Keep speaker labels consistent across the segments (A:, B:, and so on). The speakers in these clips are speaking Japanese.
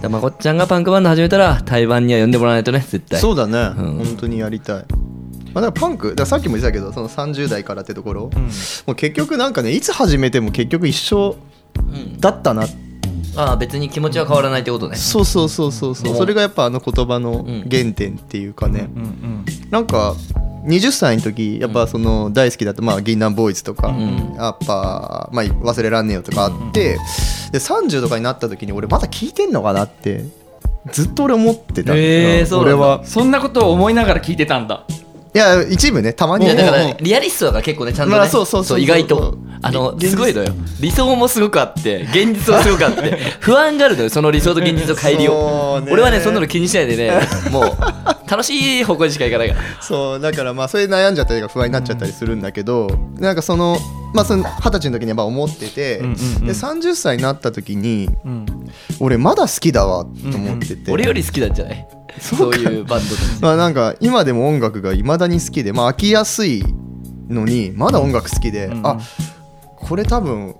A: だまこっちゃんがパンクバンド始めたら対バンには呼んでもらわないとね絶対
B: そうだね、
A: うん
B: 本当にやりたい、まあ、だからパンクだからさっきも言ってたけどその30代からってところ、
C: うん
B: もう結局なんかねいつ始めても結局一緒
A: うん
B: だったな、
A: ああ別に気持ちは変わらないってことね
B: そうそうそうそうそう、
A: うん
B: それがやっぱあの言葉の原点っていうかね、
C: うんうん
B: なんか20歳の時やっぱその大好きだった、まあ、銀杏ボーイズとか、
A: ん
B: やっぱ、まあ、忘れらんねえよとかあって、で30とかになった時に俺まだ聞いてんのかなってずっと俺思ってた、
A: へえそうなん
B: 俺
A: だ
B: は
C: そんなことを思いながら聞いてたんだ
B: いや一部ねたま
A: い
B: に
A: やだか
B: うん
A: らリアリストだから結構ねちゃんとね、
B: まあそうそうそう
A: 意外と
B: そう
A: あの
B: 現実
A: すごいのよ理想もすごくあって現実もすごくあって 不安があるのよその理想と現実の乖離
B: そ
A: を
B: うね
A: 俺はねそんなの気にしないでねもう楽しい方向にしか行かないから
B: そうだからまあそれで悩んじゃったりとか不安になっちゃったりするんだけど、なんかそのまあその二十歳の時にやっぱ思ってて、
C: うんうんうん
B: で30歳になった時に
C: うん
B: 俺まだ好きだわと思ってて、
A: 俺より好きなんじゃない
B: そ
A: そうう
B: か
A: いうバンドたち
B: まあなんか今でも音楽がいまだに好きで、まあ、飽きやすいのにまだ音楽好きで、
C: うん
B: あこれ多分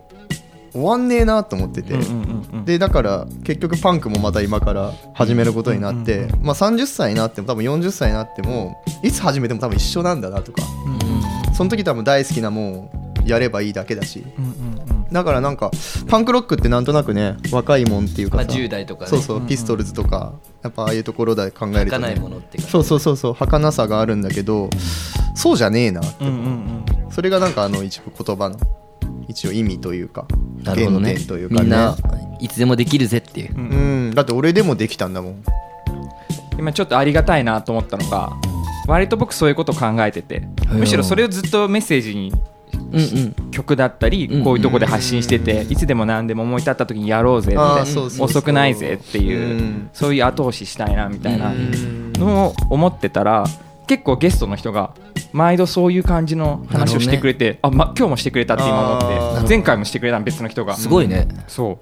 B: 終わんねえなと思ってて、
C: うんうんうん
B: でだから結局パンクもまた今から始めることになって、
C: うん
B: まあ、30歳になっても多分40歳になってもいつ始めても多分一緒なんだなとか
C: うん
B: その時多分大好きなもんをやればいいだけだし
C: うんうんうん
B: だからなんかパンクロックってなんとなくね若いもんっていうか
A: ま
B: さ、
A: あ10代とかね
B: そうそう、
C: うん
B: ピストルズとかやっぱああいうところで考える
A: 行
B: と、
A: か
B: ね、
A: ないものっていうか
B: そうそうそうそう儚さがあるんだけどそうじゃねえな
C: うんうんうん
B: それがなんかあの一部言葉の一応意味というか
A: なるほどね
B: 原点というかね
A: みんないつでもできるぜっていう
C: う
B: うんんだって俺でもできたんだもん
C: 今ちょっとありがたいなと思ったのが割と僕そういうこと考えててむしろそれをずっとメッセージに
A: うんうん
C: 曲だったり
A: うん
C: こういうとこで発信してていつでも何でも思い立った時にやろうぜみ
B: あー
C: たい
B: そうそうそう
C: な遅くないぜっていううんそういう後押ししたいなみたいな
B: うん
C: のを思ってたら結構ゲストの人が毎度そういう感じの話をしてくれてあ、ま、今日もしてくれたって今思っ
B: あー
C: て前回もしてくれたの別の人が
A: すごいね
C: そ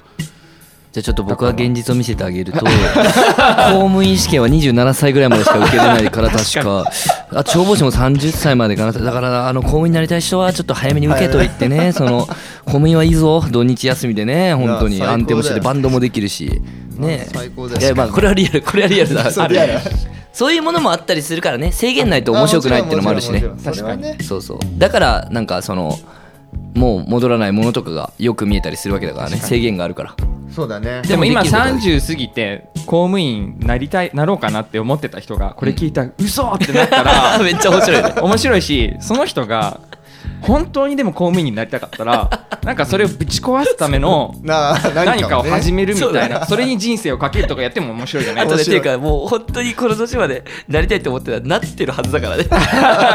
A: じゃあちょっと僕は現実を見せてあげ ると公務員試験は27歳ぐらいまでしか受けれないから確かあ消防士も30歳までかなだからあの公務員になりたい人はちょっと早めに受けといて ねその公務員はいいぞ土日休みでね本当
B: い
A: に
B: や最高だよ
A: 安定もしててバンドもできるしね
B: 最高だよ
A: いやまあこれはリアルこれはリアルだ
B: そう
A: ある
B: リアル
A: そういうものもあったりするからね制限ないと面白くないっていうのもあるしね
B: あもちろんもちろんもちろんそれはね
A: そうそうだからなんかそのもう戻らないものとかがよく見えたりするわけだからね制限があるから
B: そうだね
C: うでも今
A: でもできることだ
C: 30過ぎて公務員なりたいなろうかなって思ってた人がこれ聞いたら嘘ってなったら
A: あ めっちゃ面白いね
C: 面白いしその人が本当にでも公務員になりたかったらなんかそれをぶち壊すための
B: なあ
C: 何かを
B: ね
C: 始めるみ
A: そう
C: た
A: だ
C: いなそれに人生をかけるとかやっても面白いじゃな
A: あ
C: い
A: と
B: 面
A: ねって
B: 白
A: い
B: いう
A: かもう本当にこの年までなりたいと思ってたらなってるはずだからね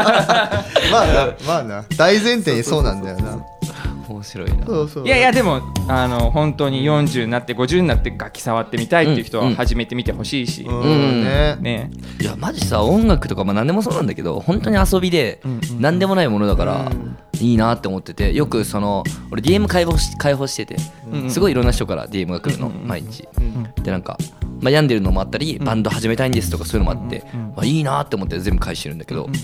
B: まあなまあな大前提にそうなんだよな
A: 面白いな
B: そうそう
C: いやいやでもあの本当に40になって50になって楽器触ってみたいっていう人
A: うん
C: は
A: うん
C: 始めてみてほしいし、
B: うんね
C: ね
A: いやマジさ音楽とかまあ何でもそうなんだけど本当に遊びで
C: うんうん
A: 何でもないものだから
B: うん
A: いいなって思っててよくその俺 DM 解放し解放してて
C: うん
A: すごいいろんな人から DM が来るの
C: うんうんうん
A: 毎日
B: うん
A: でなんかまあ病んでるのもあったり
C: ん
A: バンド始めたいんですとかそういうのもあって
C: うんうんうん
A: まあいいなって思って全部返してるんだけど
C: うんうん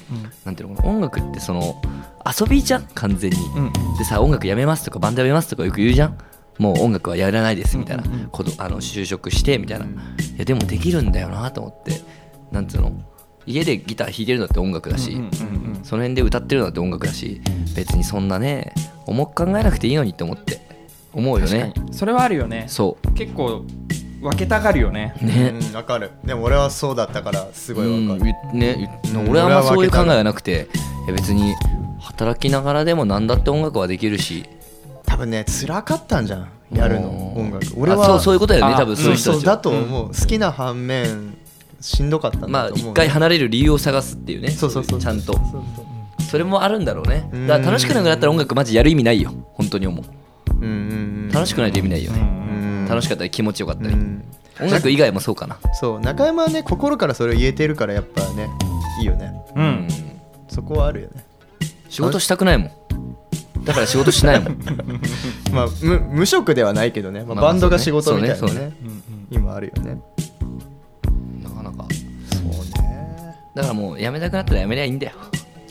A: なんていうのこの音楽ってその遊びじゃん完全に
C: うん
A: でさ音楽やめますとかバンドやめますとかよく言うじゃんもう音楽はやらないですみたいな
C: うんうんうん
A: ことあの就職してみたいな
B: う
A: い
B: ん
A: やでもできるんだよなと思ってなんつうの家でギター弾いてるのって音楽だし
C: うんうん
A: その辺で歌ってるのって音楽だし別にそんなね重く考えなくていいのにって思って思うよ
C: 確か
A: ね
C: にそれはあるよね
A: そ
C: 結構分けたがるよね
A: う
B: う
A: ね
B: んわかるでも俺はそうだったからすごいわかる
A: うんね
B: うん
A: 俺はあんまそういう考え
B: 俺は分けた
A: がなくていや別に働きながらでも何だって音楽はできるし
B: 多分ね辛かったんじゃんやるの
A: もう
B: 音楽俺は
A: あそうそういうことだよね
C: あ
A: 多分そういう人
B: そ
A: た
B: う
A: ちは
B: だと思う、好きな反面しんどかったん
A: ま
B: だ
A: あ
B: と思う、
A: 一回離れる理由を探すっていうね
B: そうそうそう
A: ちゃんと
B: そうそう
A: それもあるんだろうね
B: うん
A: だから楽しくなくなったら音楽マジやる意味ないよ本当に思う
B: うんうんうん
A: 楽しくないと意味ないよ
C: う
A: ね
C: ん
A: 楽し
B: く
A: かったり気持ちよかった
B: う
A: り
B: ん、
A: 音楽以外もそうかな
B: そう中山はね心からそれを言えてるからやっぱねいいよね
C: うん、
A: うん
B: そこはあるよね
A: 仕事したくないもんだから仕事しないもん
B: まあ無無職ではないけどね、まあ、
A: まあ
B: バンドが仕事みたいな
A: そう
B: ね,、
A: ねそうね
C: うんうん
B: 今あるよね
A: なかなか
B: そうね
A: だからもうやめたくなったらやめりゃいいんだよ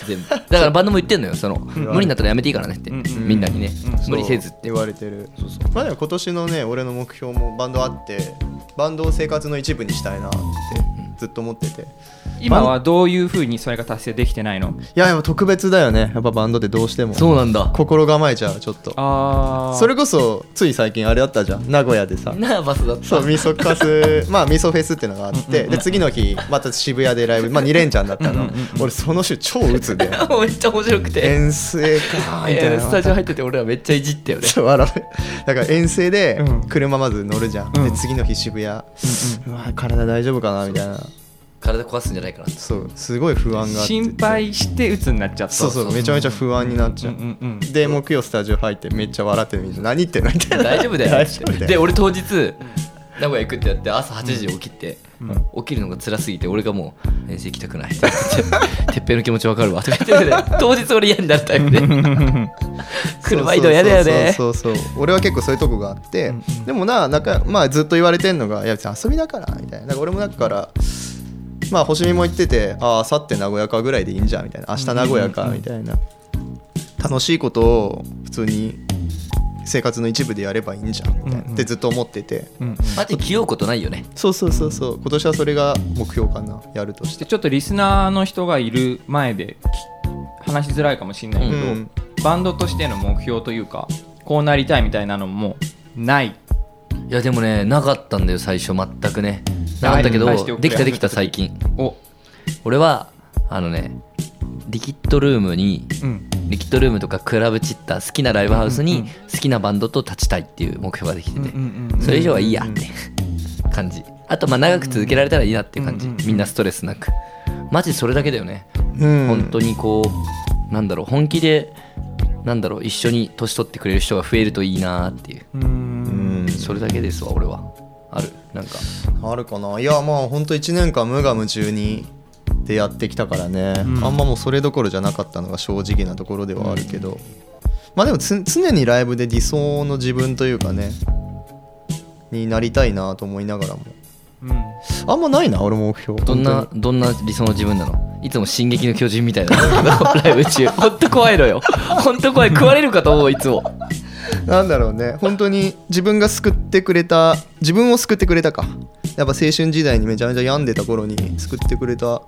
A: 全部だからバンドも言ってんのよその無理になったらやめていいからねって、
C: うんうん
A: みんなにね、
C: うん
A: 無理せずって
B: 言われてるまあでも今年のね俺の目標もバンドあってバンドを生活の一部にしたいなってずっと思っててい
C: 今はどういうふうにそれが達成できてないの
B: やでも特別だよねやっぱバンドってどうしても
A: そうなんだ
B: 心構えちゃうちょっと
C: ああ
B: それこそつい最近あれだったじゃん名古屋でさ
A: ナーバスだった
B: そうみそかすまあみそフェスっていうのがあってで次の日また渋谷でライブまあ2連チャンだったの俺その週超鬱 で
A: めっちゃ面白くて、
B: 遠征かーみたい
A: え
B: な
A: ースタジオ入ってて俺らめっちゃいじったよね
B: そう 笑うだから遠征で
C: うん
B: 車まず乗るじゃん、
C: うん
B: で次の日渋谷、うわ体大丈夫かなみたいな
A: 体壊すんじゃないかなって
B: そうすごい不安があって
C: 心配して鬱になっちゃった
B: そうそうめちゃめちゃ不安になっちゃう、
C: うんうんうん
B: で木曜スタジオ入ってめっちゃ笑ってるみんな何言ってんのみたいな
A: 大丈夫だよ
B: 大
A: ね
B: 丈夫だよ
A: で俺当日名古屋行くってやって朝8時起きて、
C: うん
A: 起きるのが辛すぎて俺がもう遠征行きたくない って言って「てっぺいの気持ちわかるわ」とか言ってて当日俺嫌になるタイプで車移動嫌だよね
B: そうそうそうそう俺は結構そういうとこがあって、
C: うんうん
B: でもななんか、まあ、ずっと言われてんのが「いや別に遊びだから」みたいななんか俺もだからまあ星見も言ってて「ああ明後日名古屋かぐらいでいいんじゃん」みたいな「明日名古屋か」みたいな、楽しいことを普通に生活の一部でやればいいんじゃんみたいな、
C: うんうん
B: ってずっと思ってて
C: うんうん
A: マジ気負うことないよね
B: そうそうそうそう今年はそれが目標かなやるとし
C: で
B: て。
C: ちょっとリスナーの人がいる前でき話しづらいかもしれないけど、
B: うん
C: バンドとしての目標というかこうなりたいみたいなのもない
A: いやでもねなかったんだよ最初全くねなかったけど
C: はい返しておくれ
A: できたできた最近
C: を、
A: 俺はあのねリキッドルームに
C: うん、
A: リキッドルームとかクラブチッター好きなライブハウス
C: うん
A: に好きなバンドと立ちたいっていう目標ができてて
C: うん
A: それ以上はいいやって感じあとまあ長く続けられたらいいなっていう感じ
C: うんうん
A: みんなストレスなくマジそれだけだよね
B: うん
A: 本当にこうなんだろう本気でなんだろう一緒に年取ってくれる人が増えるといいなっていう
C: うん
B: うん
A: それだけですわ俺はあるなんか
B: あるかないやまあほんと1年間無我夢中にでやってきたからね、
C: うん
B: あんまもうそれどころじゃなかったのが正直なところではあるけど、まあでもつ常にライブで理想の自分というかねになりたいなと思いながらも
C: うん
B: あんまないな俺目標
A: どん
B: 本
A: などんな理想の自分なのいつも「進撃の巨人」みたいな ライブ中ほんと怖いのよほんと怖い食われるかと思ういつも
B: 当になんだろうね本当に自分が救ってくれた自分を救ってくれたかやっぱ青春時代にめちゃめちゃ病んでた頃に救ってくれたア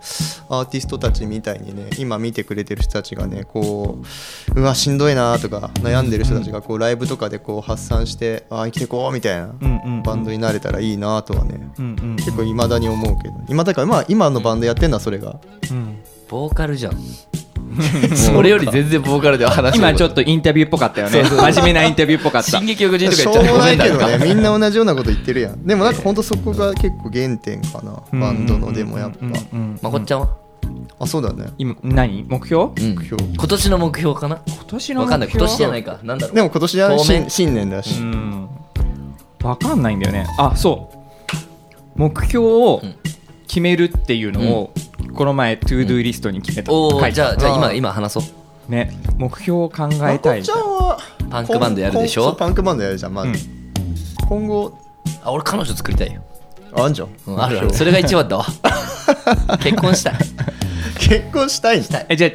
B: ーティストたちみたいにね今見てくれてる人たちがねこううわしんどいなとか悩んでる人たちがこうライブとかでこう発散してあー生きてこうみたいな
C: うんうん
B: バンドになれたらいいなとはね
C: うんうん
B: 結構いまだに思うけど今だからまあ今のバンドやってんのはそれが
C: うん
A: ボーカルじゃんも う俺より全然ボーカルでは話
C: 今ちょっ
A: と
C: とインタビューっぽかったよね真面目なインタビューっぽか った
A: 進撃の巨人と
B: し
A: か
B: ょ
A: 言っ
B: う
A: ちゃ
B: も
A: う
B: ないけど
A: ごめん
B: ね
A: んか
B: みんな同じようなこと言ってるやんでもなんかほんとそこが結構原点かなバンドのでもやっぱ
C: うんうんうん
A: まこっちゃんは
B: あそうだね
C: 今何目標
A: うん
B: 目
A: 今
B: 標
A: 年の目標かな
C: 今年の目標
A: わかんない今年じゃないかなんだろう
B: でも今年は
A: 当面
B: 新新年だし
C: うんわかんないんだよねあそう目標を
A: うん
C: 決めるっていうのを、この前 to do リストに決めた、
A: お
C: 書
A: お
C: い
A: じゃ
C: た
A: あじゃあ
B: あ
A: 今
B: ー
A: 今話そう
C: ね目標を考
B: ま
C: え
B: こ
C: たい
B: ちゃんは
A: パンクバンドやるでしょ
B: こんこんそうパンクバンドやるじゃんま
C: うん
B: ず今後
A: あ俺彼女作りたいよ、
B: あんじゃん
A: うんあるあるそれが一番だ わ結婚したい
B: 結婚したいん
C: えじゃ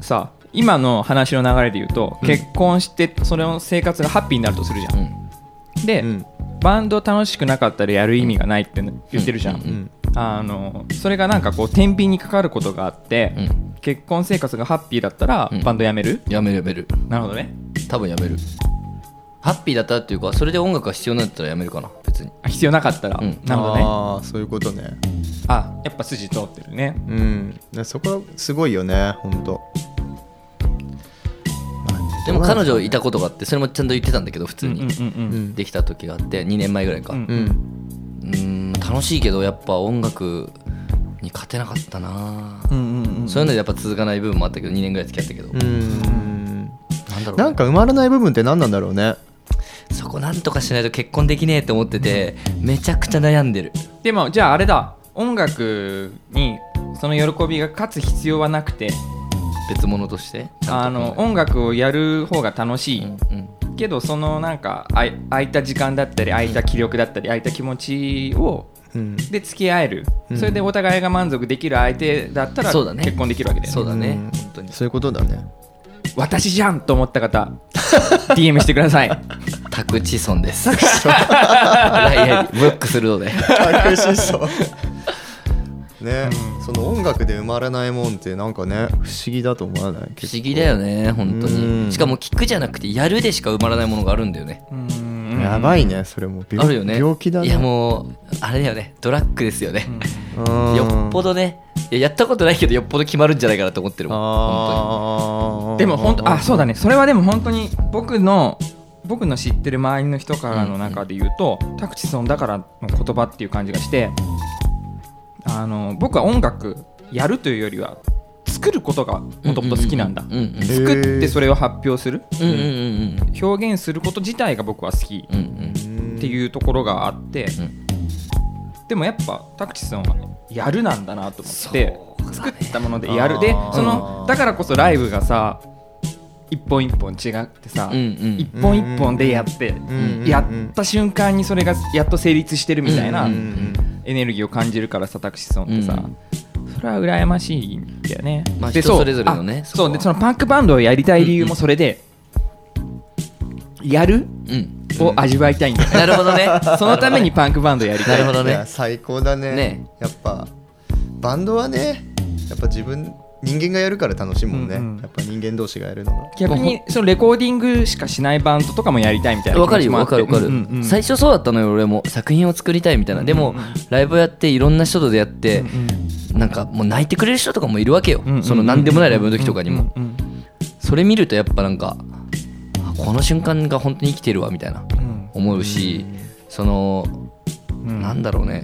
C: あさ今の話の流れで言うと、
A: うん
C: 結婚してそれの生活がハッピーになるとするじゃ、
A: うんん
C: で、
B: うん
C: バンド楽しくなかったらやる意味がないって言ってるじゃん、
A: うん
B: うん
C: あのそれがなんかこう天秤にかかることがあって、
A: うん
C: 結婚生活がハッピーだったら、
A: うん
C: バンドやめる
A: やめるやめる
C: なるほどね
A: 多分やめるハッピーだったらっていうかそれで音楽が必要なんだったらやめるかな別に
C: あ必要なかったら、
A: うん
C: なるほどね
B: ああそういうことね
C: あやっぱ筋通ってるね
B: うんでそこはすごいよねほんと
A: でも彼女いたことがあってそれもちゃんと言ってたんだけど普通に
B: う
C: に
B: ん
A: できた時があって2年前ぐらいか
C: う
A: うん
B: うん
A: ーん楽しいけどやっぱ音楽に勝てなかったなそういうのでやっぱ続かない部分もあったけど2年ぐらい付き合ったけど
B: うん
A: なんだろうね
B: なんか埋まらない部分って何なんだろうね
A: そこなんとかしないと結婚できねえって思っててめちゃくちゃ悩んでる
C: でもじゃああれだ音楽にその喜びが勝つ必要はなくて
A: 別物として
C: あの音楽をやる方が楽しい、
A: うん
C: けどそのなんかあい空いた時間だったり空いた気力だったり空いた気持ちを
B: うん
C: で付き合える、
B: うん
C: それでお互いが満足できる相手だったら
A: そうだね
C: 結婚できるわけで、
A: そうだね
B: うん
A: 本当に
B: そういうことだね
C: 私じゃんと思っ た方 DM してください
A: タクチソンですいやいやブロックするので
B: 楽しそうね、その音楽で埋まらないもんってなんかね不思議だと思わない
A: 不思議だよね本当
B: うん
A: にしかも聞くじゃなくてやるでしか埋まらないものがあるんだよね
C: うん
B: やばいねそれも病
A: あるよね
B: 病気だね
A: いやもうあれだよねドラッグですよね、
B: うん
A: よっぽどねいややったことないけどよっぽど決まるんじゃないかなと思ってるもん本
B: あー
C: でも本当あそうだねそれはでも本当に僕の僕の知ってる周りの人からの中で言うと、タクチソンだからの言葉っていう感じがしてあの僕は音楽やるというよりは作ることが
A: 当に
C: もともと好きなんだ、
A: うんうん
B: へー
C: 作ってそれを発表する、
A: うんうんうん
C: 表現すること自体が僕は好き
A: うんうん
B: っ
C: って
B: う
C: いうところがあって、
A: ん
C: でもやっぱタクチさんはやるなんだなと思って
A: そうだね
C: 作ったものでやるで
B: あー
C: そのだからこそライブがさ一本一本違ってさ、
A: うんうん
C: 一本一本でやって、
B: ん
C: やった瞬間にそれがやっと成立してるみたいな
B: うんうん
C: エネルギーを感じるからさタクシーソンってさ、それは羨ましいんだよね。
A: まあ
C: で
A: 人
C: う
A: それぞれのね
C: あ
A: そこ
C: そ
A: は
C: うでそのパンクバンドをやりたい理由もそれで、やる
A: うん
C: を味わいたいんだよね
A: なるほどね
C: そのためにパンクバンドやりた
A: ないるほど
B: いや
A: ね
B: 最高だね
A: ね
B: やっぱバンドはねやっぱ自分人間がやるから楽しいもんね、
C: うんうん
B: やっぱ人間同士がやるのが
C: 逆にそのレコーディングしかしないバンドとかもやりたいみたいな
A: わか
C: 気持
A: る
C: ち
A: よ
C: もあ
A: わ
C: って
A: かるわかる、
C: うんうんうん
A: 最初そうだったのよ俺も作品を作りたいみたいなでも、ライブやっていろんな人と出会って、なんかもう泣いてくれる人とかもいるわけよ、
C: うんうん
A: その何でもないライブの時とかにも、
C: うんうん
A: それ見るとやっぱなんかあこの瞬間が本当に生きてるわみたいな思うし、その、
C: うん
A: なんだろうね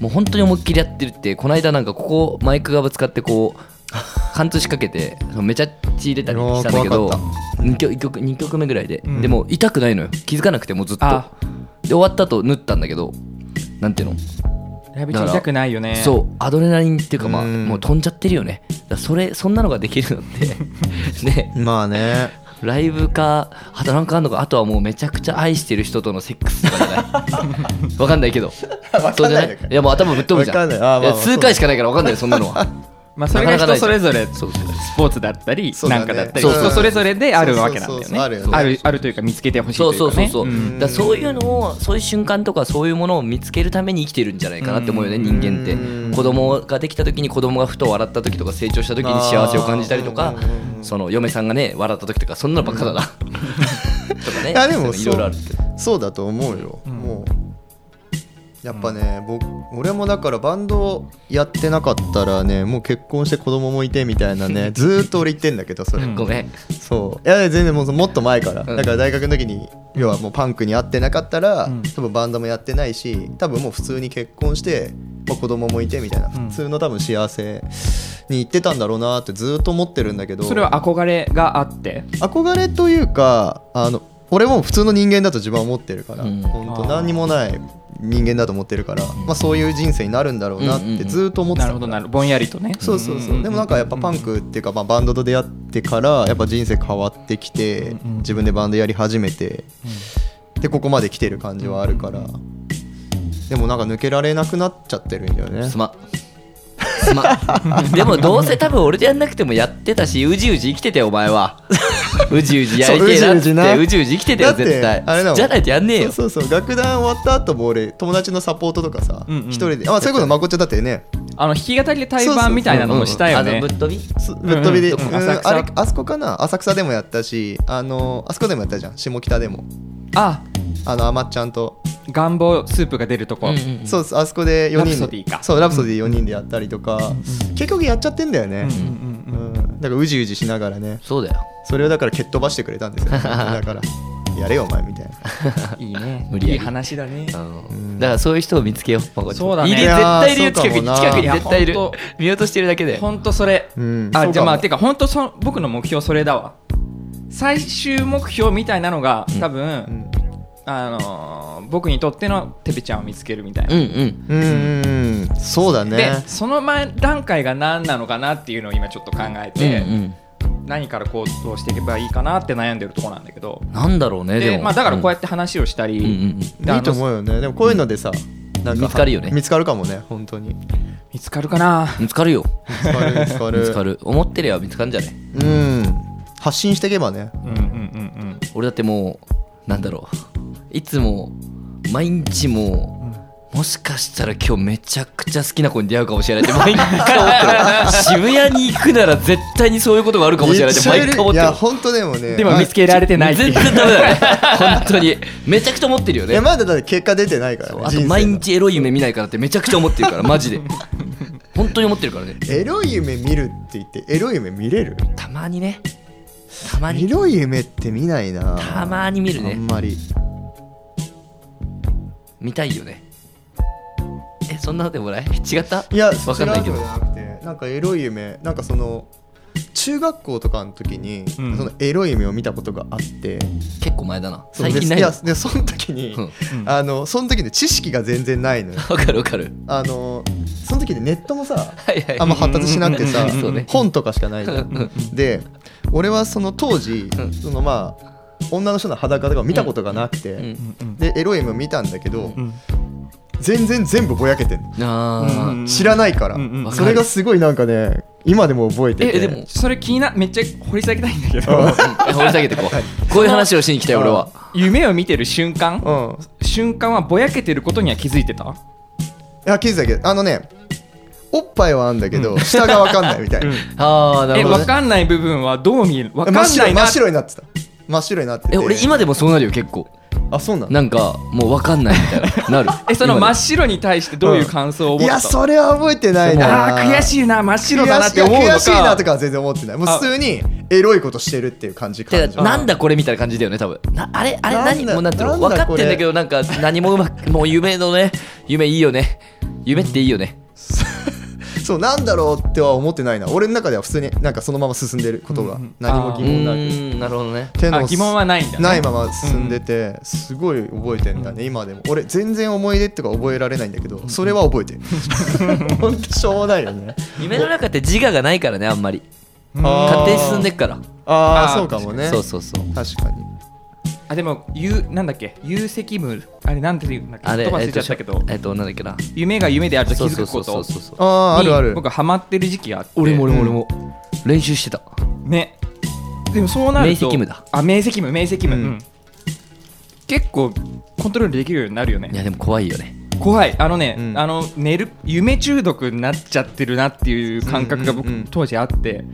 A: もう本当に思いっきりやってるってこの間なんかここマイクがぶつかってこう貫通しかけてそのめちゃ血入れたりしたんだけ
B: う
A: ど
B: わー
A: 2曲一曲二曲目ぐらいで、
C: うん
A: でも痛くないのよ気づかなくてもうずっと
C: あ
A: で終わった後縫ったんだけどなんていうの
C: ライブ中痛くないよね
A: そうアドレナリンっていうかまあ
B: うん
A: もう飛んじゃってるよねだからそれそんなのができるのってね
B: まあね
A: ライブかあとなんかあんのかあとはもうめちゃくちゃ愛してる人とのセックスとかじゃないわかんないけ どそうじゃないいやもう頭ぶっ飛ぶじゃ
B: わ
A: ん
B: かんないあーまあ
A: いや
B: まあ
A: 数回しかないからわかんないそんなのは
C: まあそれが
A: なかなかな
C: 人
A: いじゃ
C: そ
A: ん
C: れぞれス
A: そうそう
C: ポーツだったり
B: そうだ
C: な
B: ね
C: んかだったり
B: そう
C: 人それぞれであるわけなんだ
B: そうそうそうそうある
C: よ
B: よ
C: ね
B: ね
C: あるあるというか見つけてほしい
A: そ
C: と
A: う
C: い
A: そうう
C: か
A: そうそう
C: ね
A: だからそういうのをそういう瞬間とかそういうものを見つけるために生きてるんじゃないかなって思うよね
C: うん
A: 人間って
B: うん
A: 子供ができた時に子供がふと笑った時とか成長した時に幸せを感じたりとか
B: あーうん
A: その嫁さんがね笑った時とかそんなのばっかだな とかね
B: いやでも
A: そういうのいろいろある
B: そ
A: け
B: うそうだと思うよ、
C: うん
B: もうやっぱね、僕俺もだからバンドやってなかったらねもう結婚して子供もいてみたいなねずーっと俺言ってんだけどそれ、
C: うん
A: どごめん
B: そういや全然もうもっと前から、
A: ん
B: だから大学の時に要はもうパンクに会ってなかったら、
C: うん
B: 多分バンドもやってないし多分もう普通に結婚して、まあ、子供もいてみたいな
C: うん
B: 普通の多分幸せに行ってたんだろうなってずーっと思ってるんだけど
C: それは憧れがあって
B: 憧れというかあの俺も普通の人間だと自分は思ってるから、
A: うん
B: 本
C: あ
B: 当
C: ー
B: 何にもない人間だと思ってるから、まあ、そういう人生になるんだろうなっ
A: うんうんう
B: て
A: ん
B: ずーっと思って
C: な
B: た
C: る
B: から、
C: ほどなるぼんやりとね
B: そうそうそう、
C: んん
B: でもなんかやっぱパンクっていうか、まあ、バンドと出会ってからやっぱ人生変わってきて、
C: うんうん
B: 自分でバンドやり始めてでここまで来てる感じはあるから、でもなんか抜けられなくなっちゃってるんだよね
A: すますま でもどうせ多分俺でやんなくてもやってたしうじうじ生きててお前はうじうじやりてえなっつ
B: そううじうじ
A: ってうじうじ生
B: な
A: きててよ絶対
B: あれだもん
A: じゃないとやんねえよ
B: そうそうそう楽団終わった後も俺友達のサポートとかさ一、
C: うんうん
B: 人であそういうことまこっちゃんだってね
C: あの弾き語りで対バンみたいなのもしたよ
A: うん
C: ね
A: うんあのぶっ飛び
B: すぶっ飛びで、
C: うんうん
B: うん
C: 浅草
B: あれあそこかな浅草でもやったしあのあそこでもやったじゃん下北でも
C: あ
B: あのあまっちゃんと、
C: 願望スープが出るとこ
B: そうそうあそこで4人で
C: ラプソディか
B: そうラプソディ4人でやったりとか、結局やっちゃってんだよね、
C: うんうん
B: う
C: うん
B: んだからうじうじしながらね
A: そうだよ
B: それをだから蹴っ飛ばしてくれたん ですよだからやれよお前みたいない
C: いね。
A: 無理や
C: い
A: り
C: い話だね。
A: だからそういう人を見つけようまこちゃん
C: そうだね
A: いる
C: い
A: 絶
B: やー
A: 対いるよ近く
B: そう
A: に
B: かもな
A: 近くに絶対いる
C: いやほんと
A: 見落としてるだけで
C: 本当それ。
B: うんそう
C: あ
B: かも
C: じゃあまあてか本当そ僕の目標それだわ。最終目標みたいなのが多分、
B: うん
C: あのー僕にとってのテペちゃんを見つけるみたいな。
A: うんうん
B: うんうんうんそうだ
C: で
B: ね
C: その前段階が何なのかなっていうのを今ちょっと考え
A: うんう
C: て、
A: ん
C: 何から行動していけばいいかなって悩んでるとこなんだけど
A: なんだろうね
C: で
A: でも
C: まあ、だからこうや
A: っ
C: って話をしたり、
A: うんうんうん
B: いいと思うよねでもこういうのでさなん
A: 見つかるよね
B: 見つかるかもね本当に
C: 見つかるかな
A: 見つかるよ
B: 見つかる見つかる
A: 見つかる思ってりゃ見つかるんじゃね
B: うん発信していけばね
C: うんうんうん
A: 俺だってもうなんだろういつも毎日も
C: う
A: う
C: ん
A: もしかしたら今日めちゃくちゃ好きな子に出会うかもしれないって毎回思ってる渋谷に行くなら絶対にそういうことがあるかもしれないって毎回思っ
B: い
A: て
B: や
A: る
B: 本当でもね
C: でも
B: あ
C: 見つけられてないってい
A: 全
C: う
A: 然ダメだね本当にめちゃくちゃ思ってるよ
B: いや
A: ね
B: まだだって結果出てないからね
A: あと
B: 人生の
A: 毎日エロい夢見ないからってめちゃくちゃ思ってるからマジで本当に思ってるからね
B: エロい夢見るって言ってエロい夢見れる
A: たまにねたま
B: エ
A: に
B: ロい夢って見ないな
A: たまに見る
B: あ
A: ね
B: んまり
A: 見たいよねえそんなでもない違った
B: いや
A: わかんないけど
B: 違うのじゃなくてなんかエロい夢なんかその中学校とかの時に、
C: うん
B: そのエロい夢を見たことがあって
A: 結構前だな
B: そう
A: 最近ない
B: で
A: の
B: やでその時に、
A: うん
C: うん
B: あのその時で知識が全然ないのよ
A: わかるわかる
B: あのその時でネットもさ
A: はいはい
B: あんま発達しなくてさ、
A: うんそうね
B: 本とかしかないじゃん
A: うん
B: で俺はその当時、
A: ん
B: そのまあ女の人の裸とか見たことがなくて、
A: うん
C: うん
B: でエロい夢を見たんだけど、
C: うん
B: 全然全部ぼやけてんの
A: あ
C: うん
A: ー
B: 知らないから、
C: うんうん
A: わかる
B: それがすごいなんかね今でも覚えてて
A: えでも
C: それ気になめっちゃ掘り下げたいんだけ
B: う
C: ど
B: ん
A: え掘り下げてこうこういう話をしに来たよ俺は
C: 夢を見てる瞬間
B: うん
C: 瞬間はぼやけてることには気づいてた
B: いや気づいたけどあのねおっぱいはあんだけど、下がわかんないみたい な、
A: ああな
C: え
A: るほど
C: わ
A: ね
C: かんない部分はどう見えるわかん
B: 真っ
C: な
B: 白
C: い
B: い
C: な
B: 真っ白になってた真っ白になってて
A: え俺今でもそうなるよ結構
B: あそうなの
A: なんかもうわかんないみたい ななる
C: えその
A: 今で
C: 真っ白に対してどういう感想
B: い
C: を持った
B: やそれは覚えてないな
C: あー悔
B: い
C: しいな真っ白だなって思うの
B: い
C: か
B: や悔しいなとかは全然思ってないもう普通にエロいことしてるっていう感じ
A: て
B: 感
A: か
B: 情
A: なんだこれみたいな感じだよね多分なあれあれ
B: なんだ
A: 何もうなんていうの
B: なん
A: 分
B: だ
A: かってんだけどなんか何もうまくもう夢のね夢いいよね夢っていいよね
B: そうなんだろうっては思ってないな俺の中では普通になんかそのまま進んでることが
C: うんうん
B: 何も
A: う
B: 疑問なく
A: ーんなるほどね
B: 手の
C: あ疑問はないんだね
B: ないまま進んでてすごい覚えてんだね今でも俺全然思い出とか覚えられないんだけどそれは覚えて るほんとしょうもないよね
A: 夢の中って自我がないからねあんまり
C: うん
B: あー
A: 勝手に進んでっから
B: ああ
C: あー
B: そうかもね
A: そうそうそう
B: 確かに
C: あでもゆうなんだっけ有積無あれなんていうんだっけ
A: あれ
C: 言葉忘
A: え
C: れ
A: っ
C: ちゃ
A: と
C: ったけど、
A: えっとなんだっけな
C: 夢が夢であると気
A: そう
C: づ
A: そう
C: く
A: そ
C: こ
A: うそ
C: と
A: うそう
B: あああるあ
C: に
B: る
C: 僕ハマってる時期があって
A: 俺も俺も俺も練習してた
C: ねでもそうなると
A: 明晰夢だ
C: あ明晰夢明晰夢、
B: うん
C: うん結構コントロールできるようになるよ
A: い
C: ね
A: やでも怖いよね
C: 怖いあのね、
B: うん
C: あの寝る夢中毒になっちゃってるなっていう感覚が僕、
B: うんうんうん
C: 当時あって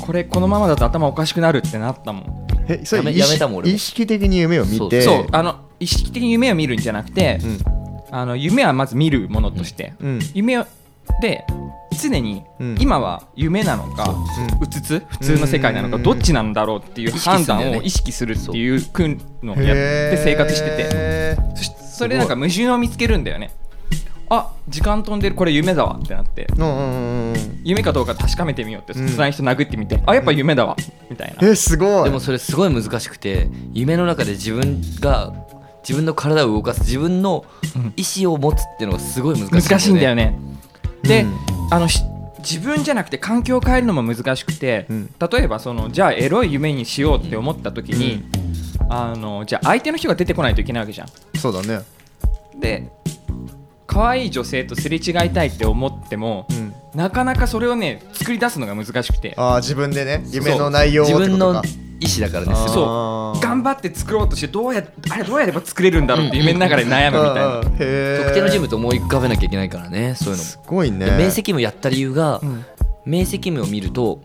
C: これこのままだと頭おかしくなるってなったもん
B: えそれ
A: やめ
B: 意識
A: やめたもん俺も
B: 意識的に夢を見て
C: そうあの意識的に夢を見るんじゃなくて、
B: うん
C: あの夢はまず見るものとして、
B: うん
C: 夢をで常に
B: うん
C: 今は夢なのか、うつつ普通の世界なのか
B: うん
C: どっちなんだろうっていう
A: 意識する
C: 判
A: んだよね
C: 断を意識するっていう訓のをや
B: へ
C: っ
B: ー
C: て生活しててそしそれなんか矛盾を見つけるんだよねあ時間飛んでるこれ夢だわってなって
B: うんうんうんうん
C: 夢かどうか確かめてみようって
B: うん
C: その人殴ってみてあやっぱ夢だわみたいな
B: えすごい
A: でもそれすごい難しくて夢の中で自分が自分の体を動かす自分の意思を持つっていうのがすごい難しい、
C: 難しいんだよねで、
B: うん
C: あのし自分じゃなくて環境を変えるのも難しくて、
B: うん
C: 例えばそのじゃあエロい夢にしようって思った時に、あのじゃあ相手の人が出てこないといけないわけじゃん
B: そうだね
C: で可愛い女性とすれ違いたいって思っても、
B: うん
C: なかなかそれをね作り出すのが難しくて
B: ああ自分でね夢の内容をって
A: 自分
B: こと
A: の
B: か
A: 意思だからね
C: そう
B: う
C: 頑張って作ろうとしてどうやあれどうやれば作れるんだろうって夢の中で悩むみたいな、
B: うんうんへー
A: 特定の人物を思い浮かべなきゃいけないからねそういうのも
B: すごいね
A: で明晰夢やった理由が
C: うん
A: 明晰夢を見ると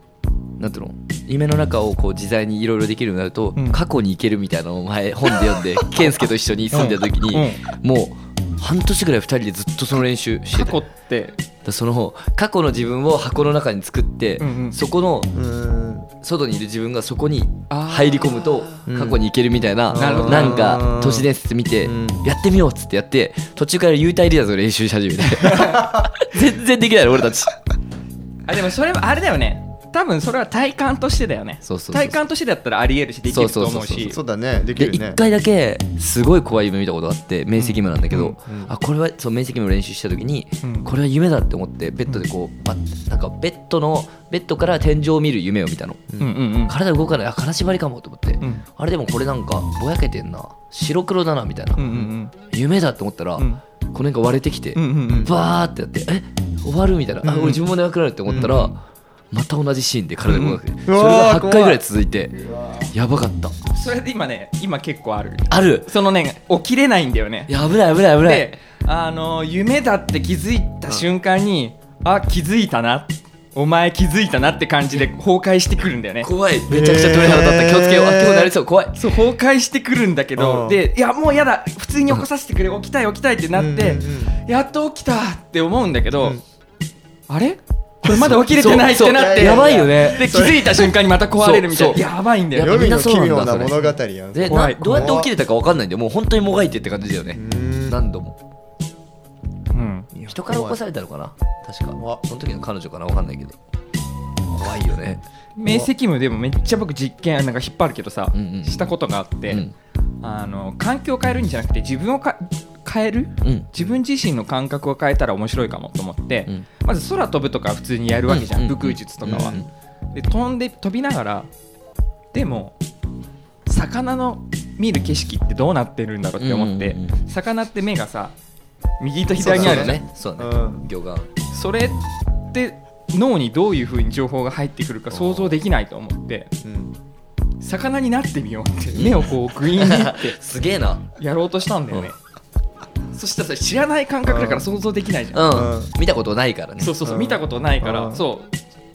A: なんていうの夢の中をこう自在にいろいろできるようになると、
C: うん
A: 過去に行けるみたいなのを前本で 読んで健介と一緒に住んでた時に、もう半年ぐらい2人でずっとその練習して
C: 過
A: た
C: 去って
A: だその過去の自分を箱の中に作って、
C: うんうん
A: そこの
B: うん
A: 外にいる自分がそこに
C: あー
A: 入り込むと
B: うん
A: 過去に行けるみたいな、
C: なるほど
A: なんか都市伝説見て、
B: うん
A: やってみようっつってやって途中から幽体離脱を練習し始 めて全然できないの俺たち
C: あでもそれはあれだよね多分それは体感としてだよね
A: そうそうそう
C: 体感としてだったらありえるしできると思う
A: そうそう
C: し
B: そうだねでき
A: で
B: るね
A: 1回だけすごい怖い夢見たことがあって明晰夢なんだけど、
B: うんうん
A: あこれはそう明晰夢の練習した時に、
C: うん
A: これは夢だって思ってベッドでこうバッてなんかベッドのベッドから天井を見る夢を見たの
C: うんうんうん
A: 体動かないあ金縛りかもと思って、
C: うん
A: あれでもこれなんかぼやけてんな白黒だなみたいな、
C: うんうん
A: 夢だって思ったら、
C: うん
A: こうなんか割れてきて、
C: うんうんうん
A: バーってやってえ終わるみたいな、あ
C: うんうん
A: 俺自分も長くなるって思ったら、
C: うんう
A: また同じシーンで体が動かなくて、それ
B: うわー
A: が8回ぐらい続いてやばかった
C: それで今ね今結構ある
A: ある
C: そのね起きれないんだよね
A: いや危ない危ない危ない
C: であの夢だって気づいた瞬間に、あ気づいたなお前気づいたなって感じで崩壊してくるんだよね
A: 怖いめちゃくちゃ鳥肌立った、
B: えー
A: 気をつけようあ結構慣れそう怖い
C: そう崩壊してくるんだけ
B: う
C: ど
B: ん
C: でいやもうやだ普通に起こさせてくれ起きたい起きたいってなって、
B: うんうん
C: やっと起きたって思うんだけ
B: う
C: ど、
B: ん
C: あれこれまだ起きれてないってなっ
B: そう
C: て
B: そう
A: やばいよね
C: で気づいた瞬間にまた壊れるみたい
A: そう
C: な
A: そう
C: やばいんだ
A: や
C: よ
A: っぱみ
B: 夜
A: ん
B: の
A: な
B: 奇
A: そうなんだ
B: 妙な物語やん
A: で
C: 怖
A: ないどうやって起きれたか分かんないんでもう本当にもがいてって感じだよ
B: う
A: ね、
B: ん
A: 何度も
C: うん
A: 人から起こされたのかな確
B: 怖い
A: かその時の彼女かな分かんないけど怖いよね
C: 明晰夢でもめっちゃ僕実験なんか引っ張るけどさ、
A: うんうん
C: したことがあって、
A: うん
C: あの環境を変えるんじゃなくて自分をか変える
A: うん
C: 自分自身の感覚を変えたら面白いかもと思って、
A: うん
C: まず空飛ぶとか普通にやるわけじゃん、
A: うんうんうん
C: 武空術とかは、
A: うんうん
C: で飛んで飛びながらでも魚の見る景色ってどうなってるんだろうって思って、
A: うんうんうん
C: 魚って目がさ右と左にあるじゃん
A: そうだ
B: う
A: ね
B: ん
A: 魚眼
C: それって脳にどういうふうに情報が入ってくるか想像できないと思って
B: うん
C: 魚になってみようって目をこうグイーンって
A: すげえな
C: やろうとしたんだよね、そしたらさ知らない感覚だから想像できないじゃん、
A: うん、
B: うん
A: 見たことないからね
C: そうそうそう、
B: うん
C: 見たことないか
B: う
C: ら
B: ん
C: そう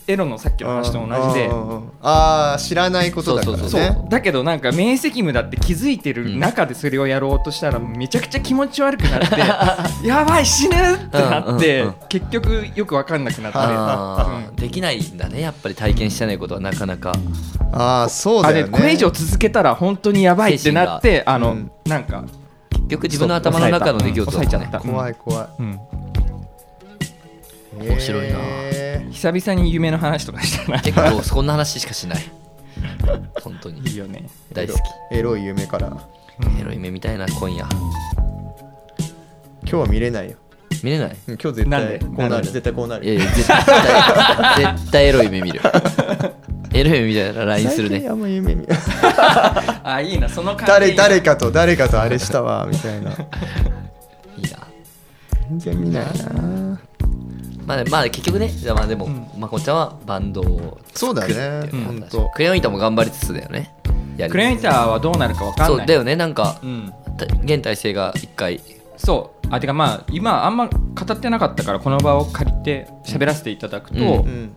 C: エロのさっきの話と同じで
B: うんうんうんああ知らないことだからね
A: そう
C: そ
A: そう
C: だけどなんか明晰夢だって気づいてる中でそれをやろうとしたらめちゃくちゃ気持ち悪くなって やばい死ぬってなって、
A: うんうんうん
C: 結局よく分かんなくなって
A: あ
C: う
A: ー
C: ん
A: できないんだねやっぱり体験してないことはなかなか
B: ああそう
C: あ
B: だ
C: で
B: よね
C: これ以上続けたら本当にやばいってなってあの、
B: うん
C: なんか
A: 結局自分の頭の中の出来事
C: 抑えちゃ
A: だ
C: っ
A: ね
C: た、
B: 怖い怖い
C: うん、
A: 面白いな
B: へ
C: 久々に夢の話とかし たな
A: 結構そんな話しかしない本当に
C: いいよね
A: 大好
B: ーエロい夢から今
A: きエロい夢見たいな今夜
B: 日は見れないよ
A: 見れない
B: うん今日絶
C: なんで
B: 対こう
C: な
B: なんる
C: で
B: 絶対こうないる
A: やいや絶対 絶対エロい夢見るエロい夢見たら LINE する
B: 最
A: ね
B: 近あんま 夢見
C: あいいなその感じ
B: 誰誰かと誰かとあれしたわみた いな
A: い
B: い
A: な
B: 全然見ないな
A: まあ、まあ、結局ねまあでも、
C: うん
A: まこちゃんはバンドを
B: そうだね
C: うん
B: 本当
A: クレヨンイタも頑張りつつだよねやり
C: クレヨンイターはどうなるか分かんない
A: そうだよねなんか
C: うん、
A: た現体制が一回
C: そうあてかまあ今あんま語ってなかったからこの場を借りて喋らせていただくと、
A: うん
B: うん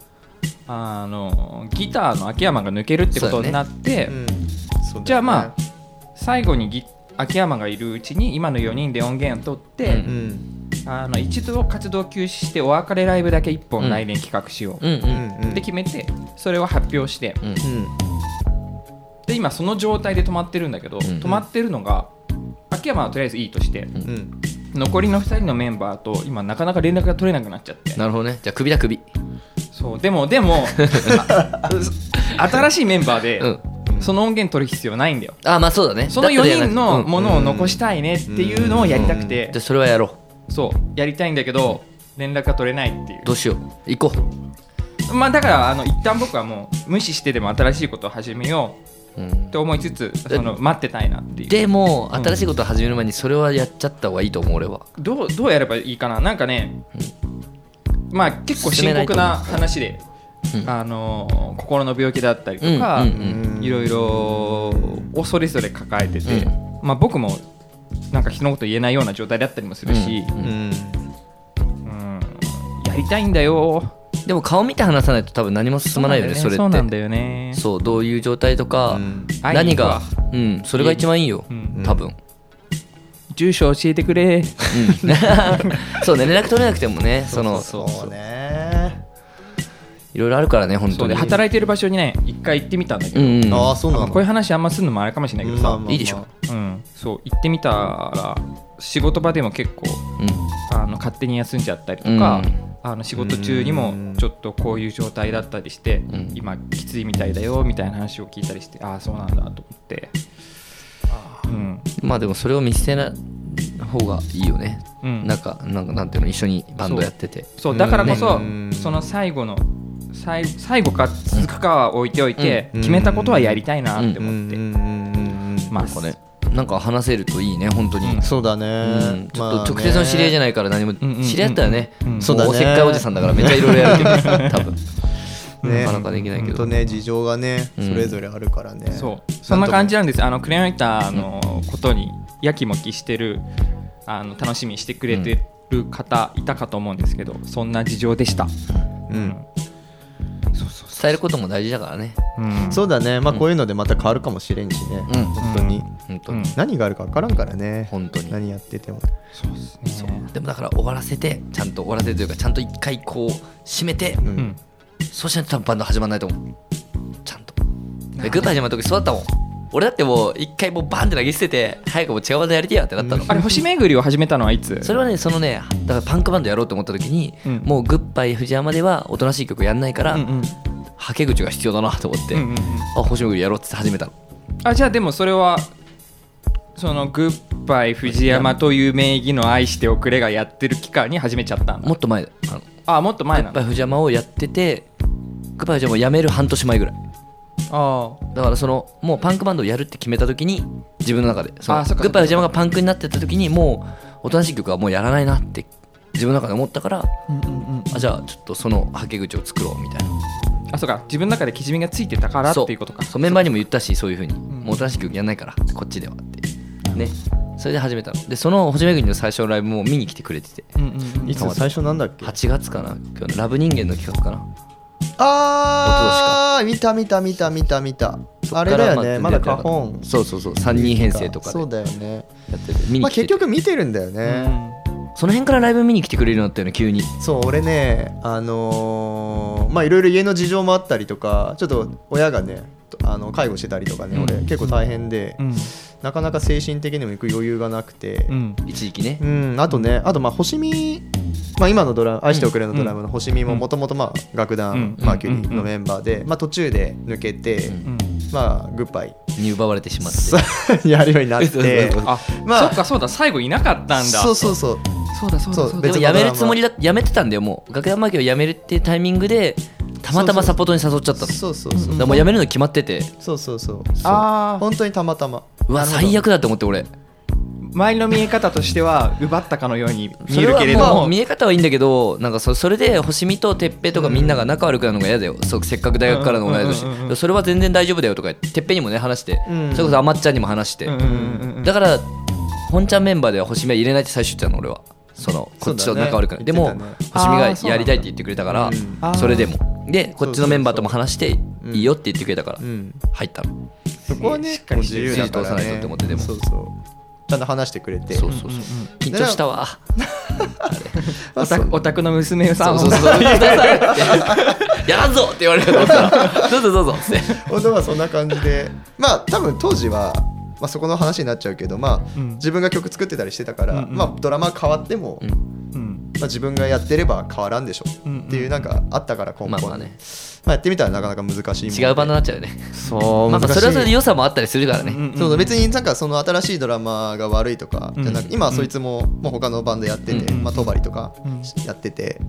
C: あのギターの秋山が抜けるってことになって、
B: うんそうだよね
C: じゃあま最後にギ秋山がいるうちに今の4人で音源を取って
B: う、ん
C: あの一度活動休止してお別れライブだけ1
A: う
C: 本
A: ん
C: 来年企画しよう、
A: うんう
B: うん
A: ん
B: うん
C: で決めてそれを発表して
A: うん
B: うん
C: で今その状態で止まってるんだけど、
A: ん
C: 止まってるのが秋山はとりあえずいいとして、
B: うん
C: 残りの2人のメンバーと今なかなか連絡が取れなくなっちゃって
A: なるほどねじゃあ首だ首
C: そうでもで もあ新しいメンバーで、
A: うん
C: その音源取る必要ないんだよ
A: あまあそうだね
C: その
A: だったらやらな
C: 4
A: く
C: 人の
A: うん
C: ものを残したいねっていうのをやりたくて
A: じゃあそれはやろ
C: そうやりたいんだけど連絡が取れないっていう
A: どうしよう行こ
C: うまあだからあの一旦僕はもう無視してでも新しいことを始めよ
A: う、う、
C: うんと思いつつその待ってたいなっていう
A: でも
C: うん
A: 新しいことを始める前にそれはやっちゃった方がいいと思う俺は
C: どうどうやればいいかななんかねまあ結構深刻な話で、
A: うん
C: あのー心の病気だったりとか、
A: うんうん
B: う
A: うん
C: いろいろをそれぞれ抱えてて、
A: う
C: まあ、僕もなんか人のこと言えないような状態だったりもするし、
A: うん
B: うん
C: うんやりたいんだよ
A: でも顔見て話さないと多分何も進まないよねそれ
C: そうなん
A: って
C: だよねそう
A: そうどういう状態とか
B: うん
C: 会い
A: 何
C: に行くわ
A: がうんそれが一番いいよ
C: うん
A: 多分
C: 住所教えてくれ
A: うんそうね連絡取れなくても ねその
B: そうね
A: いろいろあるからね本
C: そ
A: 当
C: うで
A: に
C: 働いてる場所にね一回行ってみたんだけど、
A: うんうん
B: ああそう
C: ま
B: な
C: あ
B: の
C: こういう話あんまするのもあれかもしれないけどさ、
A: いいでしょ
C: うん、そう行ってみたら仕事場でも結構あの勝手に休んじゃったりとか、
A: うん
C: あの仕事中に
B: うん
C: もちょっとこういう状態だったりして、
A: ん
C: 今きついみたいだよみたいな話を聞いたりしてああそうなんだと思って、うん
A: まあでもそれを見捨てない方がいいよね
C: うん
A: なんかなんかなんていうの一緒にバンドやってて
C: そうだからこそ、
B: うん
C: その最後の最最後か続くかは置いておいて、
B: うん
C: 決めたことはやりたいなって思って
B: うんうんうんうんうん
C: ま
A: なんか
C: す、
A: ねなんか話せるといいね本当に、
C: うん
B: そうだね,、
A: うんちょっと直接の知り合いじゃ
B: ない
A: ないから何も
C: んうんうん
A: 知り合ったらね
C: うん
A: も
B: そうだね
A: おせっかいおじさんだからめっちゃいろいろやるけ ど多分なかなかできないけ
B: ほん
A: ど
B: とね事情がね
A: うん
B: それぞれあるからね、
C: そうそんな感じなんですあのクレヨンイターのことにやきもきしてるあの楽しみにしてくれてる方いたかと思うんですけどそんな事情でした、
B: うん
A: 伝えることも大事だからね
C: うん
B: そうだねまあ
A: うん
B: こういうのでまた変わるかもしれんしね、
A: うん
B: 本当に、
A: 本当
C: う
A: に
C: ん
B: 何があるか分からんからね
A: 本当に
B: 何やってても
C: そうですね
A: でもだから終わらせてちゃんと終わらせるというかちゃんと一回こう締めて
B: うん、
C: うん
A: そうしないと多分バンド始まんないと思うちゃんとでグッバイ始まる時そうだったもん俺だってもう一回もうバンって投げ捨てて早くもう違うバンドやりてえやってなったの、
C: あれ星巡りを始めたのはいつ
A: それはねそのねだからパンクバンドやろうと思った時に、
C: うん
A: もうグッバイ藤山ではおとなしい曲やんないから、
C: うんうん
A: はけ口が必要だなと思って、
C: うんうんうん
A: あ星巡りやろうっつって始めたの
C: あじゃあでもそれはそのグッバイ藤山という名義の「愛しておくれ」がやってる期間に始めちゃったんだ
A: もっと前だあの
C: あもっと前な
A: グッ
C: ん
A: バ
C: だ
A: イ藤山をやっててグッバイ藤山をやめる半年前ぐらい
C: あ
A: だからそのもうパンクバンドをやるって決めた時に自分の中でその
C: あそっか
A: グッバイ藤山がパンクになってった時にもうおとなしい曲はもうやらないなって自分の中で思ったから
C: あうんうんうん
A: あじゃあちょっとそのはけ口を作ろうみたいな
C: あそうか自分の中でけじめがついてたからって
A: そ
C: いうことか
A: そうメンバーにも言ったしそういうふうに、
C: ん
A: もうおとなしい曲やんないからこっちではってねそれで始めたのでその星巡りの最初のライブも見に来てくれてて
C: うんうんうん
B: いつ最初なんだっけ
A: 8月かな今日のラブ人間の企画かな
B: あー見た見た見た見た見たあれだよねまだ
A: カ
B: 花本
A: そうそうそう3人編成とかで
B: そうだよね、
A: やってて見に
B: まあ、
A: 来て
B: 結
A: て、
B: 局見てるんだよ
C: う
B: ね、
C: ん
A: その辺からライブ見に来てくれるようになったよね急に
B: そう俺ねあのーまあいろいろ家の事情もあったりとかちょっと親がねあの介護してたりとかね、
C: うん
B: 俺結構大変で、
C: うん
B: なかなか精神的にも行く余裕がなくて
C: う、ん
A: 一時期ね
B: うん、あとねあとまあ星見、まあ、今のドラ「愛しておくれ」のドラムの星見ももともとまあ楽団、
C: うん
B: マーキュリーのメンバーで、まあ、途中で抜けて、
A: うん
C: うん
B: まあグッバイ
A: に奪われてしまって
B: さ やるようになっ
A: 嘘嘘
B: て
A: 嘘
C: あ
B: まあ
C: そっかそうだ最後いなかったんだ
B: そうそうそう
C: そうだそうだ
B: そう
C: そうだ
A: でも
B: 別の
A: やめ
B: ド
A: る
B: ラマ
A: つもりだやめてたんだよもう楽屋マーケをやめるっていうタイミングでたまたまサポートに誘っちゃったの
B: そうそうそう
A: だからもうやめるの決まってて
B: そうそうそう
C: ああ
B: 本当にたまたま
A: うわ
C: なるほど
A: 最悪だと思って俺
C: 周りの見え方としては奪ったかのように
A: そ
C: 見
A: れ
C: える
A: は
C: けれど
A: もう
C: も
A: 見え方はいいんだけどなんかそそれで星見と哲平とかみんなが仲悪くなるのが嫌だよ、そうせっかく大学からの同い年、
C: うんうんうんうん
A: それは全然大丈夫だよとか哲平にもね話して、
B: うん
A: それこそあまっちゃんにも話して、
C: うんうんうんうん
A: だから本ちゃんメンバーでは星見は入れないって最初言ってたの俺はそのこっちと仲悪くない、
B: そう
A: で
B: だね
A: も、
B: 言って
C: たね
A: 星見
C: あーそうなん
A: が
C: だ
A: やりたいって言ってくれたから
B: うん
C: あー
A: それでもでこっちのメンバーとも話して
B: そう
A: いいよって言ってくれたから
B: うん
A: 入ったの、
B: そこはね
C: しっかりして
B: もう自由だか
A: 指示通
B: ら
A: さないとって思って
B: ね
A: でも
B: そうそうちゃんと話してくれて
A: そうそうそう、
C: うんうんうん
A: 緊張したわ
B: まあ
C: お
B: そ
C: た
B: う
C: お宅の娘さん
A: そうそうそうやらんぞって言われるか らどうぞどうぞっつって
B: 本当はそんな感じでまあ多分当時は、まあ、そこの話になっちゃうけど、まあ
C: うん
B: 自分が曲作ってたりしてたから、
C: うんうん
B: まあ、ドラマ変わっても、
A: うん
B: ま
C: うん
B: あ、自分がやってれば変わらんでしょ
C: うんうん
B: っていうなんかあったから今
A: まあ
B: 後、
A: まあね
B: まあやってみたらなかなか難しいもんで
A: 違うバンドになっちゃうよね
B: そう
A: まあまあ
B: 難しい
A: それはそれで良さもあったりするからね、
C: うん
B: そうそう別になんかその新しいドラマが悪いとかじゃなく、
C: うん
B: 今はそいつももう他のバンドやってて、
C: うん
B: まあ、トバリとか
C: うん
B: やってて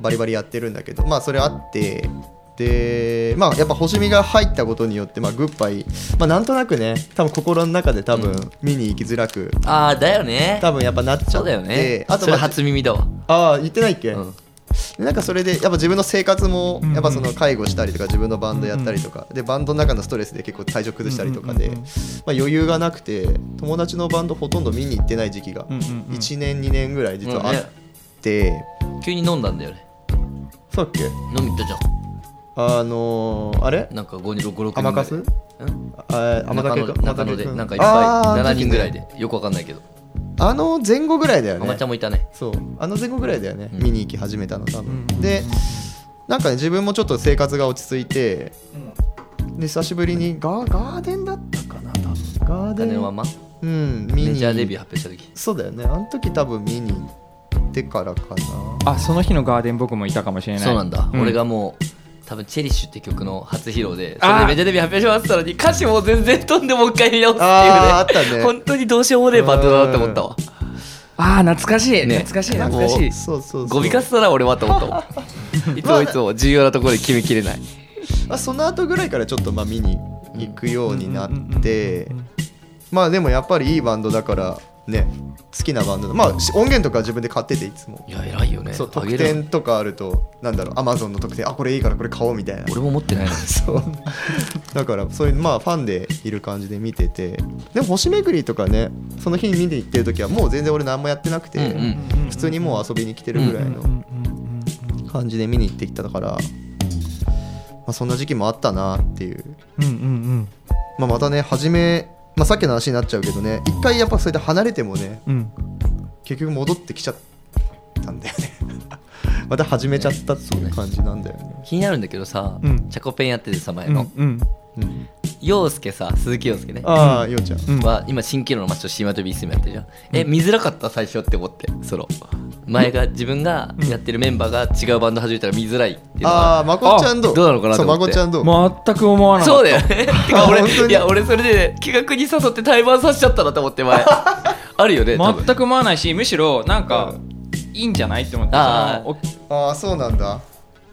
B: バリバリやってるんだけどまあそれあってでまあやっぱ星見が入ったことによってまあグッバイ、まあ、なんとなくね多分心の中で多分見に行きづらく
A: ああだよね
B: 多分やっぱなっちゃ
A: そう
B: っ
A: だ
B: て
A: よね
B: あ
A: あ
B: と
A: と
B: ま
A: そ
B: あ
A: れ初耳だわ、
B: ああ言ってないっけ、
A: うん
B: でなんかそれでやっぱ自分の生活も
C: うんうん
B: やっぱその介護したりとか自分のバンドやったりとかでバンドの中のストレスで結構体調崩したりとかで
C: うんうん
B: ま
C: うん
B: あ余裕がなくて友達のバンドほとんど見に行ってない時期が
C: うんうんうん
B: 1年2年ぐらい実はあって
A: 急に飲んだんだよね
B: そうだっけ
A: 飲み行ったじゃ
B: あのーあれ
A: んなんか5人6 6
B: 甘
A: 人
B: かす
A: うん
B: あ甘
A: 中
B: 竹
A: 野
B: か
A: で中野
B: 甘
A: で
B: 竹
A: なんかいっ
B: あー
A: ぱい7人ぐらい
B: あの時ね
A: でよくわかんないけど
B: あの前後ぐらいだよ
A: あま
B: ね
A: ちゃんもいたね
B: そうあの前後ぐらいだよね
A: うん
B: 見に行き始めたの多
C: うん
B: 分でなんかね自分もちょっと生活が落ち着いて
C: うん
B: で久しぶりにガガーデンだったかな多分ガーデ
A: 金
B: ン
A: はま
B: うん見に
A: メジャーデビュー発表した時
B: そうだよねあの時多分見に行ってからかな
C: あその日のガーデン僕もいたかもしれない
A: そうなんだ、
C: うん
A: 俺がもう多分「チェリッシュ」って曲の初披露でそ
C: あー
A: れでメジャーデビュー発表しますって言ったのに歌詞も全然飛んでもう一回見直すって
B: あーあっ
A: い
B: た
A: う
B: ね
A: ね本当にどうしようもねえバンドだなって思ったわ
C: ああ懐かしい
A: ね
C: 懐かしい
A: な
C: 懐かしい
B: そうそうそう
A: ゴミかすだな俺はと思ったもんいつもいつも重要なところで決めきれない
B: あその後ぐらいからちょっとまあ見に行くようになってまあでもやっぱりいいバンドだからね好きなバンドだまあし音源とか自分で買ってていつも
A: いや偉いよね
B: そう
A: あ
B: 特
A: げる
B: 典とかあるとなんだろうアマゾンの特典あこれいいからこれ買おうみたいな
A: 俺も持ってないのに
B: そうだからそういうまあファンでいる感じで見ててでも星巡りとかねその日に見に行ってる時はもう全然俺何もやってなくて、
A: うんうん
B: 普通にもう遊びに来てるぐらいの感じで見に行ってきたから、まあ、そんな時期もあったなっていう、
C: うんうんうん
B: まあ、またね初め、まあ、さっきの話になっちゃうけどね一回やっぱそれで離れてもね
C: うん
B: 結局戻ってきちゃったんだよね また始めちゃったっていう感じなんだよね。
A: 気になるんだけどさ、
C: うん
A: チャコペンやっててさ前
C: うん
A: の、
C: うん
B: うん、
A: 陽介さ鈴木陽介ね
B: ああようちゃん
C: うん
A: は今蜃気楼の街と島とビースもやってるじゃん、え見づらかった最初って思ってソロ前が自分がやってるメンバーが違うバンド始めたら見づらいっていうの
B: あ
A: は
B: あまこちゃんどう
A: あどうなのかな
B: そ
A: と
B: う
A: 思っ
B: ま
A: て
B: こちゃんどう
C: 全く思わなかった
A: そうだよねてか
B: 本当
A: 俺
B: に
A: いや俺それで、ね、気学に誘って対バンさせちゃったなと思って前あるよね多分
C: 全く思わないしむしろなんか
B: う
C: いいんじゃないって思って
A: あ
C: さ
A: ー
C: お
B: ああそうなんだ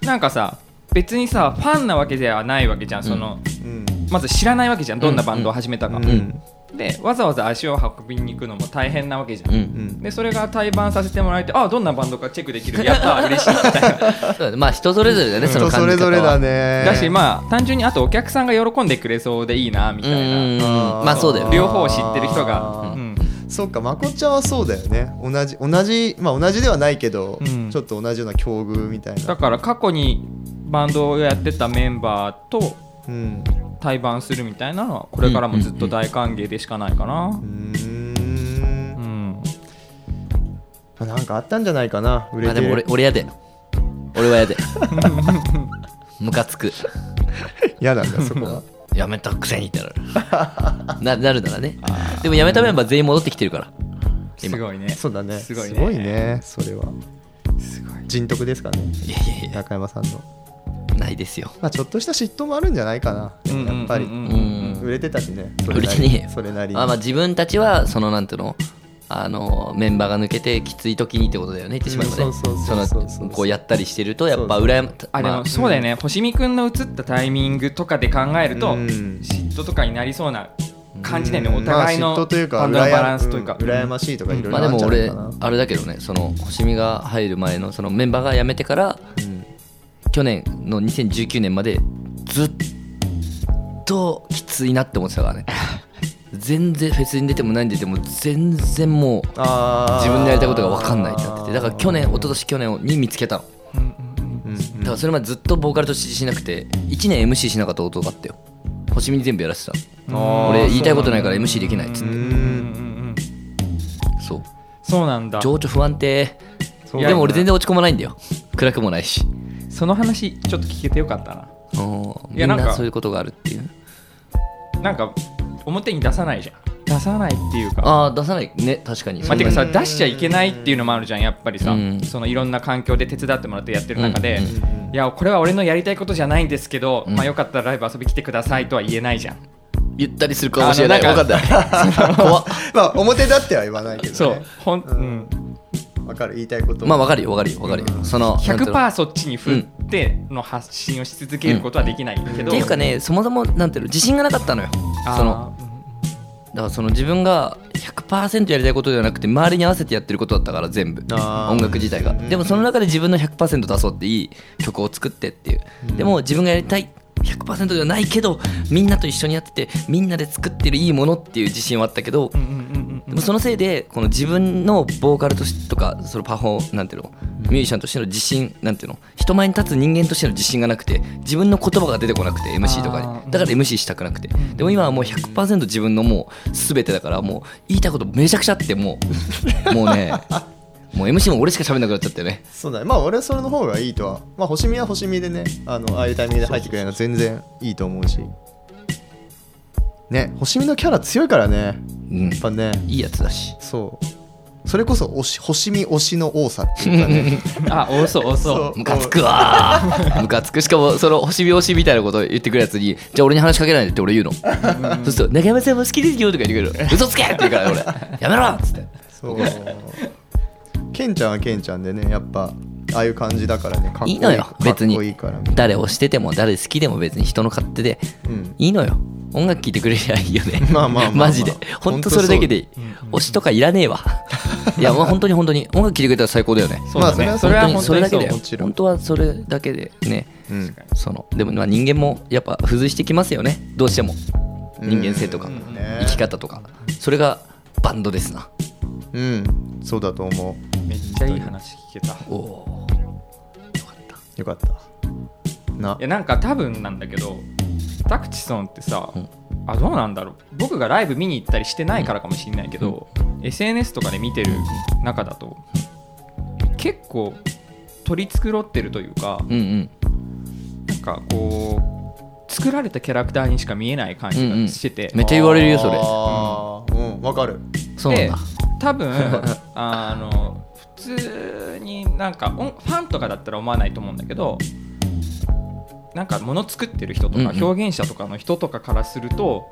C: なんかさ別にさファンなわけではないわけじゃんその
B: うん
C: まず知らないわけじゃんどんなバンドを始めたか
B: うんうん
C: でわざわざ足を運びに行くのも大変なわけじゃ
A: うんん
C: でそれが対バンさせてもらえてあどんなバンドかチェックできるやった ー嬉しいみたいな
A: そうだねまあ人それぞれだね、その
B: 人
A: 感
B: そ
A: じ方は
B: れぞれだね
C: だしまあ単純にあとお客さんが喜んでくれそうでいいなみた
A: う
C: い
A: んうん
C: な
A: うんまあそうだよね
C: 両方を知ってる人が
B: あー
C: うん
B: そうかまこちゃんはそうだよね同じ同じまあ同じではないけど、
C: うん
B: ちょっと同じような境遇みたい
C: だ
B: な、
C: から過去にバンドをやってたメンバーと
B: うん、
C: 対バンするみたいなのはこれからもずっと大歓迎でしかないかな
B: うー
C: うんん
B: まあなんかあったんじゃないかな売
A: ま
B: れ
A: あ
B: て
A: でも俺
B: る
A: 俺やで俺はやでムカつく
B: 嫌なんだそこは
A: やめたくせにってなる ななるならねでもやめたメンバー全員戻ってきてるから
C: すごいね
B: そうだね
C: すごいね
B: ねそれは
C: すごい
B: 人徳ですかね
A: いやいやいや
B: 中山さんの、
A: ないですよ
B: まあ、ちょっとした嫉妬もあるんじゃないかなでもやっぱり、
C: うんうん
A: う
C: うん
A: ん
B: 売れてたしねそ
A: 売れ
B: れな
A: て
B: り
A: ねえよ
B: それなりに
A: まあまあ自分たちはそのなんていうのあのメンバーが抜けてきつい時にってことだよね言ってしまえば
B: う
A: ね
B: んそうそうそうそうそう
A: のこうやったりしてるとやっぱ羨ま
C: あで
A: ま
C: もそうだよね、星見くんの映ったタイミングとかで考えると、
B: うん
C: 嫉妬とかになりそうな感じだよね、
B: うん
C: お互いの
B: まあ、嫉妬というか
C: バンドのバランスというか、
B: 羨羨ましいとかいろいろ
A: まあで
B: ある
A: も
B: んじゃない
A: 俺
B: かな、
A: あれだけどねその星見が入る前のそのメンバーが辞めてから
B: うん
A: 去年の2019年までずっときついなって思ってたからね全然フェスに出ても何に出ても全然もう
B: あー
A: 自分でやりたいことが分かんないってなっててだから去年一昨年去年に見つけたの
C: うんうん
B: うん
A: だからそれまでずっとボーカルとしてしなくて1年 MC しなかった男だったよ星見に全部やらせてた
C: うん
B: あー
A: 俺言いたいことないから MC できないっつっ
C: うんう
A: て
C: んうんうん
A: そう
C: そうなんだ
A: 情緒不安定
B: そう
A: でも俺全然落ち込まないんだよ暗くもないし
C: その話ちょっと聞けてよかったな
A: うん
C: い
A: み
C: や
A: ん
C: なんか
A: なそういうことがあるっていう
C: なんか表に出さないじゃん出さないっていうか
A: ああ出さないね確かに
C: まあ、てか
B: う
C: さ
B: ん
C: 出しちゃいけないっていうのもあるじゃんやっぱりさ、
A: うん
C: そのいろんな環境で手伝ってもらってやってる中で、
A: うん
B: うん
C: いやこれは俺のやりたいことじゃないんですけど、
A: うん
C: まあ、よかったらライブ遊び来てくださいとは言えないじゃん
A: 言ったりするかもしれない
C: あ
A: 分
C: のな
A: か
C: ん
A: ん
C: か
A: ない 怖っ
B: まあ表だっては言わないけどね
C: そうほん、う
B: うん
C: ん、
B: わかる言いたいこと
A: まあ分かるよ分かるよ分かるよそのなんていうの
C: 100%そっちに振っての発信をし続けることはできないけ
A: っ
C: ど、
A: ていうかねそもそもなんていうの自信がなかったのよ
C: あー
A: そのだからその自分が100%やりたいことではなくて周りに合わせてやってることだったから全部
B: あー
A: 音楽自体が
B: うん
A: でもその中で自分の100%出そうっていい曲を作ってっていうでも自分がやりたい100%ではないけどみんなと一緒にやっててみんなで作ってるいいものっていう自信はあったけど
C: うんうんうん
A: でも
C: うんうん
A: そのせいでこの自分のボーカルとしてとかそのパフォーなんていうのミュージシャンとしての自信なんていうの人前に立つ人間としての自信がなくて自分の言葉が出てこなくて MC と
C: あ
A: か
C: ー
A: にだから MC したくなくてでも今はもう100%自分のもう全てだからもう言いたいことめちゃくちゃあってもうもうねもう MC も俺しか喋んなくなっちゃったよね
B: そうだねまあ俺はそれの方がいいとはまあ星見は星見でねあのああいうタイミングで入ってくれるのは全然いいと思うしね星見のキャラ強いからね
A: うん
B: やっぱね
A: いいやつだし
B: そうそれこそ推し星見推しの多さっていうかね
C: あ多そう多そう
A: ムカつくわームカつくしかもその星見推しみたいなこと言ってくるやつにじゃあ俺に話しかけないでって俺言うのそうすると「中山さんも好きですよ」とか言ってくる嘘つけ!」って言うから俺「やめろ!」っつって
B: そうケンちゃんはケンちゃんでねやっぱああいう感じだからねかっこいい
A: いいのよ別に
B: かっこいいから
A: 誰をしてても誰好きでも別に人の勝手で
B: うん
A: いいのよ音楽聴いてくれりゃいいよね
B: まあまあまあま あ
A: マジで本当それだけでいい推しとかいらねえわいやまあ本当に本当に音楽聴いてくれたら最高だよね
C: そうだね
B: まあ
C: それは
A: 本当に
C: 本
A: そ
C: 当
A: れだ
C: に
A: け
C: そう
A: だよ
B: もちろん
A: 本当はそれだけでね
B: うん
A: そのでもまあ人間もやっぱ付随してきますよねどうしても人間性とか
C: うんうん
B: ね
A: 生き方とかそれがバンドですな
B: うんそうだと思
C: めっちゃいい話聞けたい
A: おお
B: うよかったな
C: やなんか多分なんだけどタクチソンってさ、
A: うん
C: あどうなんだろう僕がライブ見に行ったりしてないからかもしれないけど、SNS とかで見てる中だと結構取り繕ってるというか、
A: うんうん
C: なんかこう作られたキャラクターにしか見えない感じがしてて、
A: めっちゃ言われるよそれ
B: あーうんわかる
A: そうなんだ
C: 多分 あの普通になんかおんファンとかだったら思わないと思うんだけどなんか物作ってる人と
A: うん
C: か
A: うん
C: 表現者とかの人とかからすると、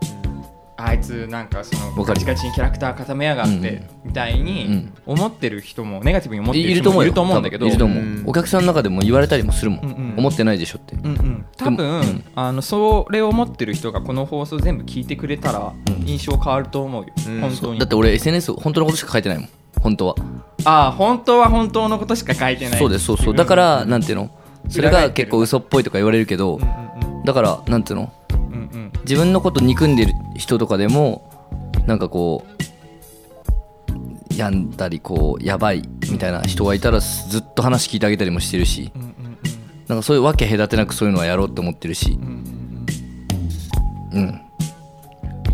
C: あいつなんかその
A: わか
C: ガ
A: る
C: チガチにキャラクター固めやがっ
A: うんうん
C: てみたいに思ってる人もネガティブに思って
A: い
C: る
A: ると
C: 人
A: 思
C: も
A: う
C: い
A: よ
C: ると思うんだけど
A: 多分いると思う、
B: うん
A: お客さんの中でも言われたりもするもん、
C: うんうん
A: 思ってないでしょって
C: うんうん、多分、
A: うん
C: あのそれを思ってる人がこの放送全部聞いてくれたら
A: うん
C: 印象変わると思うよ、
B: うん
C: 本
A: そ
C: 当
A: う
C: に
A: だって俺 SNS 本当のことしか書いてないもん本当は
C: ああ本当は本当のことしか書いてない
A: そうですそうそうだからなんんていうのそれが結構嘘っぽいとか言われるけど
C: うんうん
A: だからなんていうの
C: うんうんうん
A: 自分のこと憎んでる人とかでもなんかこう病んだりこうやばいみたいな人がいたらずっと話聞いてあげたりもしてるし
C: うんうん
A: なんかそういうわけ隔てなくそういうのはやろうって思ってるし
C: うんうんうん
A: うん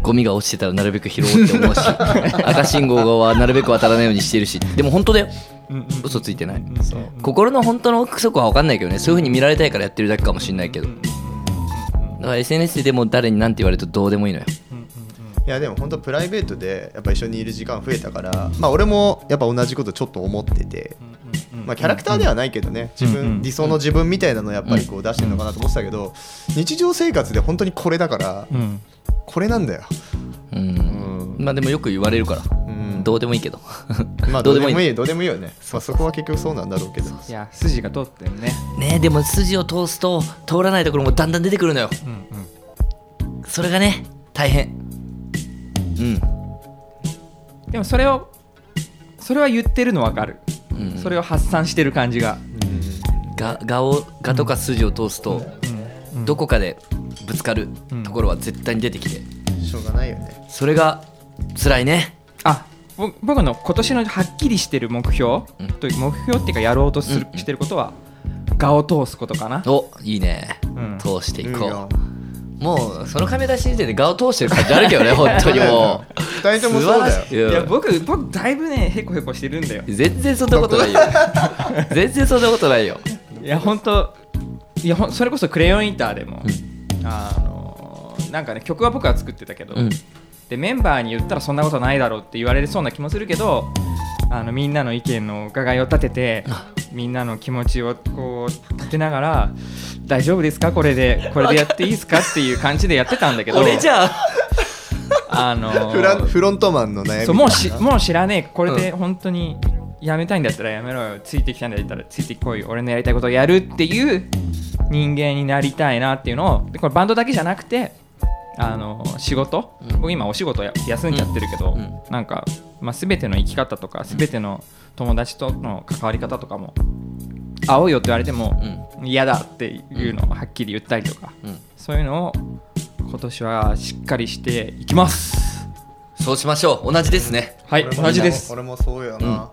A: ゴミが落ちてたらなるべく拾おうって思う し赤信号はなるべく渡らないようにしてるしでも本当だよ
C: うんうん
A: 嘘ついてない
C: うんうん
B: そう
A: 心の本当の奥底は分かんないけどねそういう風に見られたいからやってるだけかもしんないけど
C: う
A: だ
C: ん
A: から SNS でも誰に何て言われるとどうでもいいのよ
C: うんうん
B: いやでも本当プライベートでやっぱ一緒にいる時間増えたからまあ俺もやっぱ同じことちょっと思ってて
C: うんうんうんうん
B: まあキャラクターではないけどね自
C: うんうん
B: 分理想の自分みたいなのをやっぱりこう出してるのかなと思ってたけど日常生活で本当にこれだから
C: うん
B: これなんだよ
A: うんまあでもよく言われるから
B: うん
A: どうでもいいけど
B: ま あ
A: どう
B: どう
A: で
B: で
A: も
B: も
A: い
B: いいどうでもいいよねまあそこは結局そうなんだろうけど
C: いや筋が通ってるね
A: ねでも筋を通すと通らないところもだんだん出てくるのよ
C: うんうん
A: それがね大変うん
C: でもそれをそれは言ってるのわかる、
A: うん
C: それを発散してる感じが、
A: ががをがとか筋を通すと
C: うん
A: どこかでぶつかる
C: うん
A: ところは絶対に出てきて
B: しょうがないよね
A: それが辛いね
C: あぼ僕の今年のはっきりしてる目標、
A: うん
C: という目標っていうかやろうとする、
A: うんうん
C: してることは画を通すことかな、
A: おいいね
C: うん
A: 通してい
B: いい
A: こ
B: よ
A: うもうその亀出し時点で顔通してる感じあるけど ね本当にもう
B: 二人ともそうだよ
A: 素晴らしいよ
C: いや僕僕だいぶねへこへこしてるんだよ
A: 全然そんなこと ないよ全然そんなことないよ
C: いや本当いやほんそれこそ「クレヨンイーター」でも、
A: う
C: あのーなんかね曲は僕は作ってたけど、
A: うん
C: でメンバーに言ったらそんなことないだろうって言われそうな気もするけどあのみんなの意見の伺いを立ててみんなの気持ちをこう立てながら「大丈夫ですかこれでこれでやっていいですか?」っていう感じでやってたんだけど
A: 俺じゃん
C: あのー
B: フランフロントマンの悩み
C: そうもうしもう知らねえこれで本当にやめたいんだったらやめろよついてきたんだったらついてこいよ俺のやりたいことをやるっていう人間になりたいなっていうのをでこれバンドだけじゃなくてあの仕事、
A: うん
C: 僕今お仕事や休んじゃってるけど、
A: うんうん
C: なんか、まあ、全ての生き方とか全ての友達との関わり方とかも会おうよって言われても嫌だっていうのをはっきり言ったりとか
A: うん、うん、
C: そういうのを今年はしっかりしていきます
A: そうしましょう同じですね
C: はい
B: 俺も
C: 同じです
B: 俺もそうよな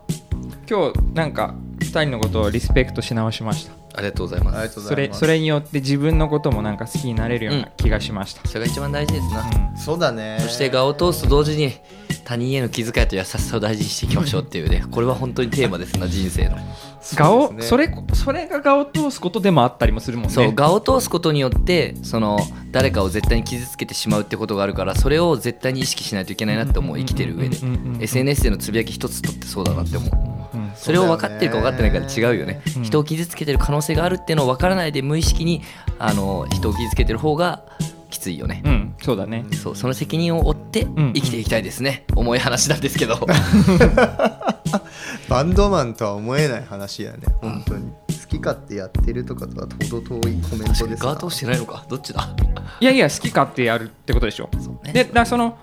C: 今日なんか2人のことをリスペクトし直しました
A: ありがとうございます
B: ありがとうござ
C: そ
B: い
C: れ
B: ます
C: それによって自分のこともなんか好きになれるような気がしました、
A: それが一番大事ですな、
C: うん
B: そうだね
A: そして顔を通すと同時に他人への気遣いと優しさを大事にしていきましょうっていうねこれは本当にテーマですな人生の
C: 顔そ,、
B: そうですね
C: れそれが顔を通すことでもあったりもするもんね
A: そう顔を通すことによってその誰かを絶対に傷つけてしまうってことがあるからそれを絶対に意識しないといけないなって思う生きてる上で
C: うんうんうんうん
A: SNS でのつぶやき一つとってそうだなって思う
C: うん
A: それを分かってるか分かってないかで違うよね
C: うん
A: 人を傷つけてる可能性があるっていうのを分からないで無意識にあの人を傷つけてる方がきついよね
C: うん、そうだね
A: そうその責任を負って
C: ん
A: 生きていきたいですね重い話なんですけ ど
B: バンドマンとは思えない話やね本当に好き勝手やってるとかとは程遠いコメントです
A: ガードしてないのかどっちだ
C: いやいや好き勝手やるってことでしょ
A: そうね
C: でだからその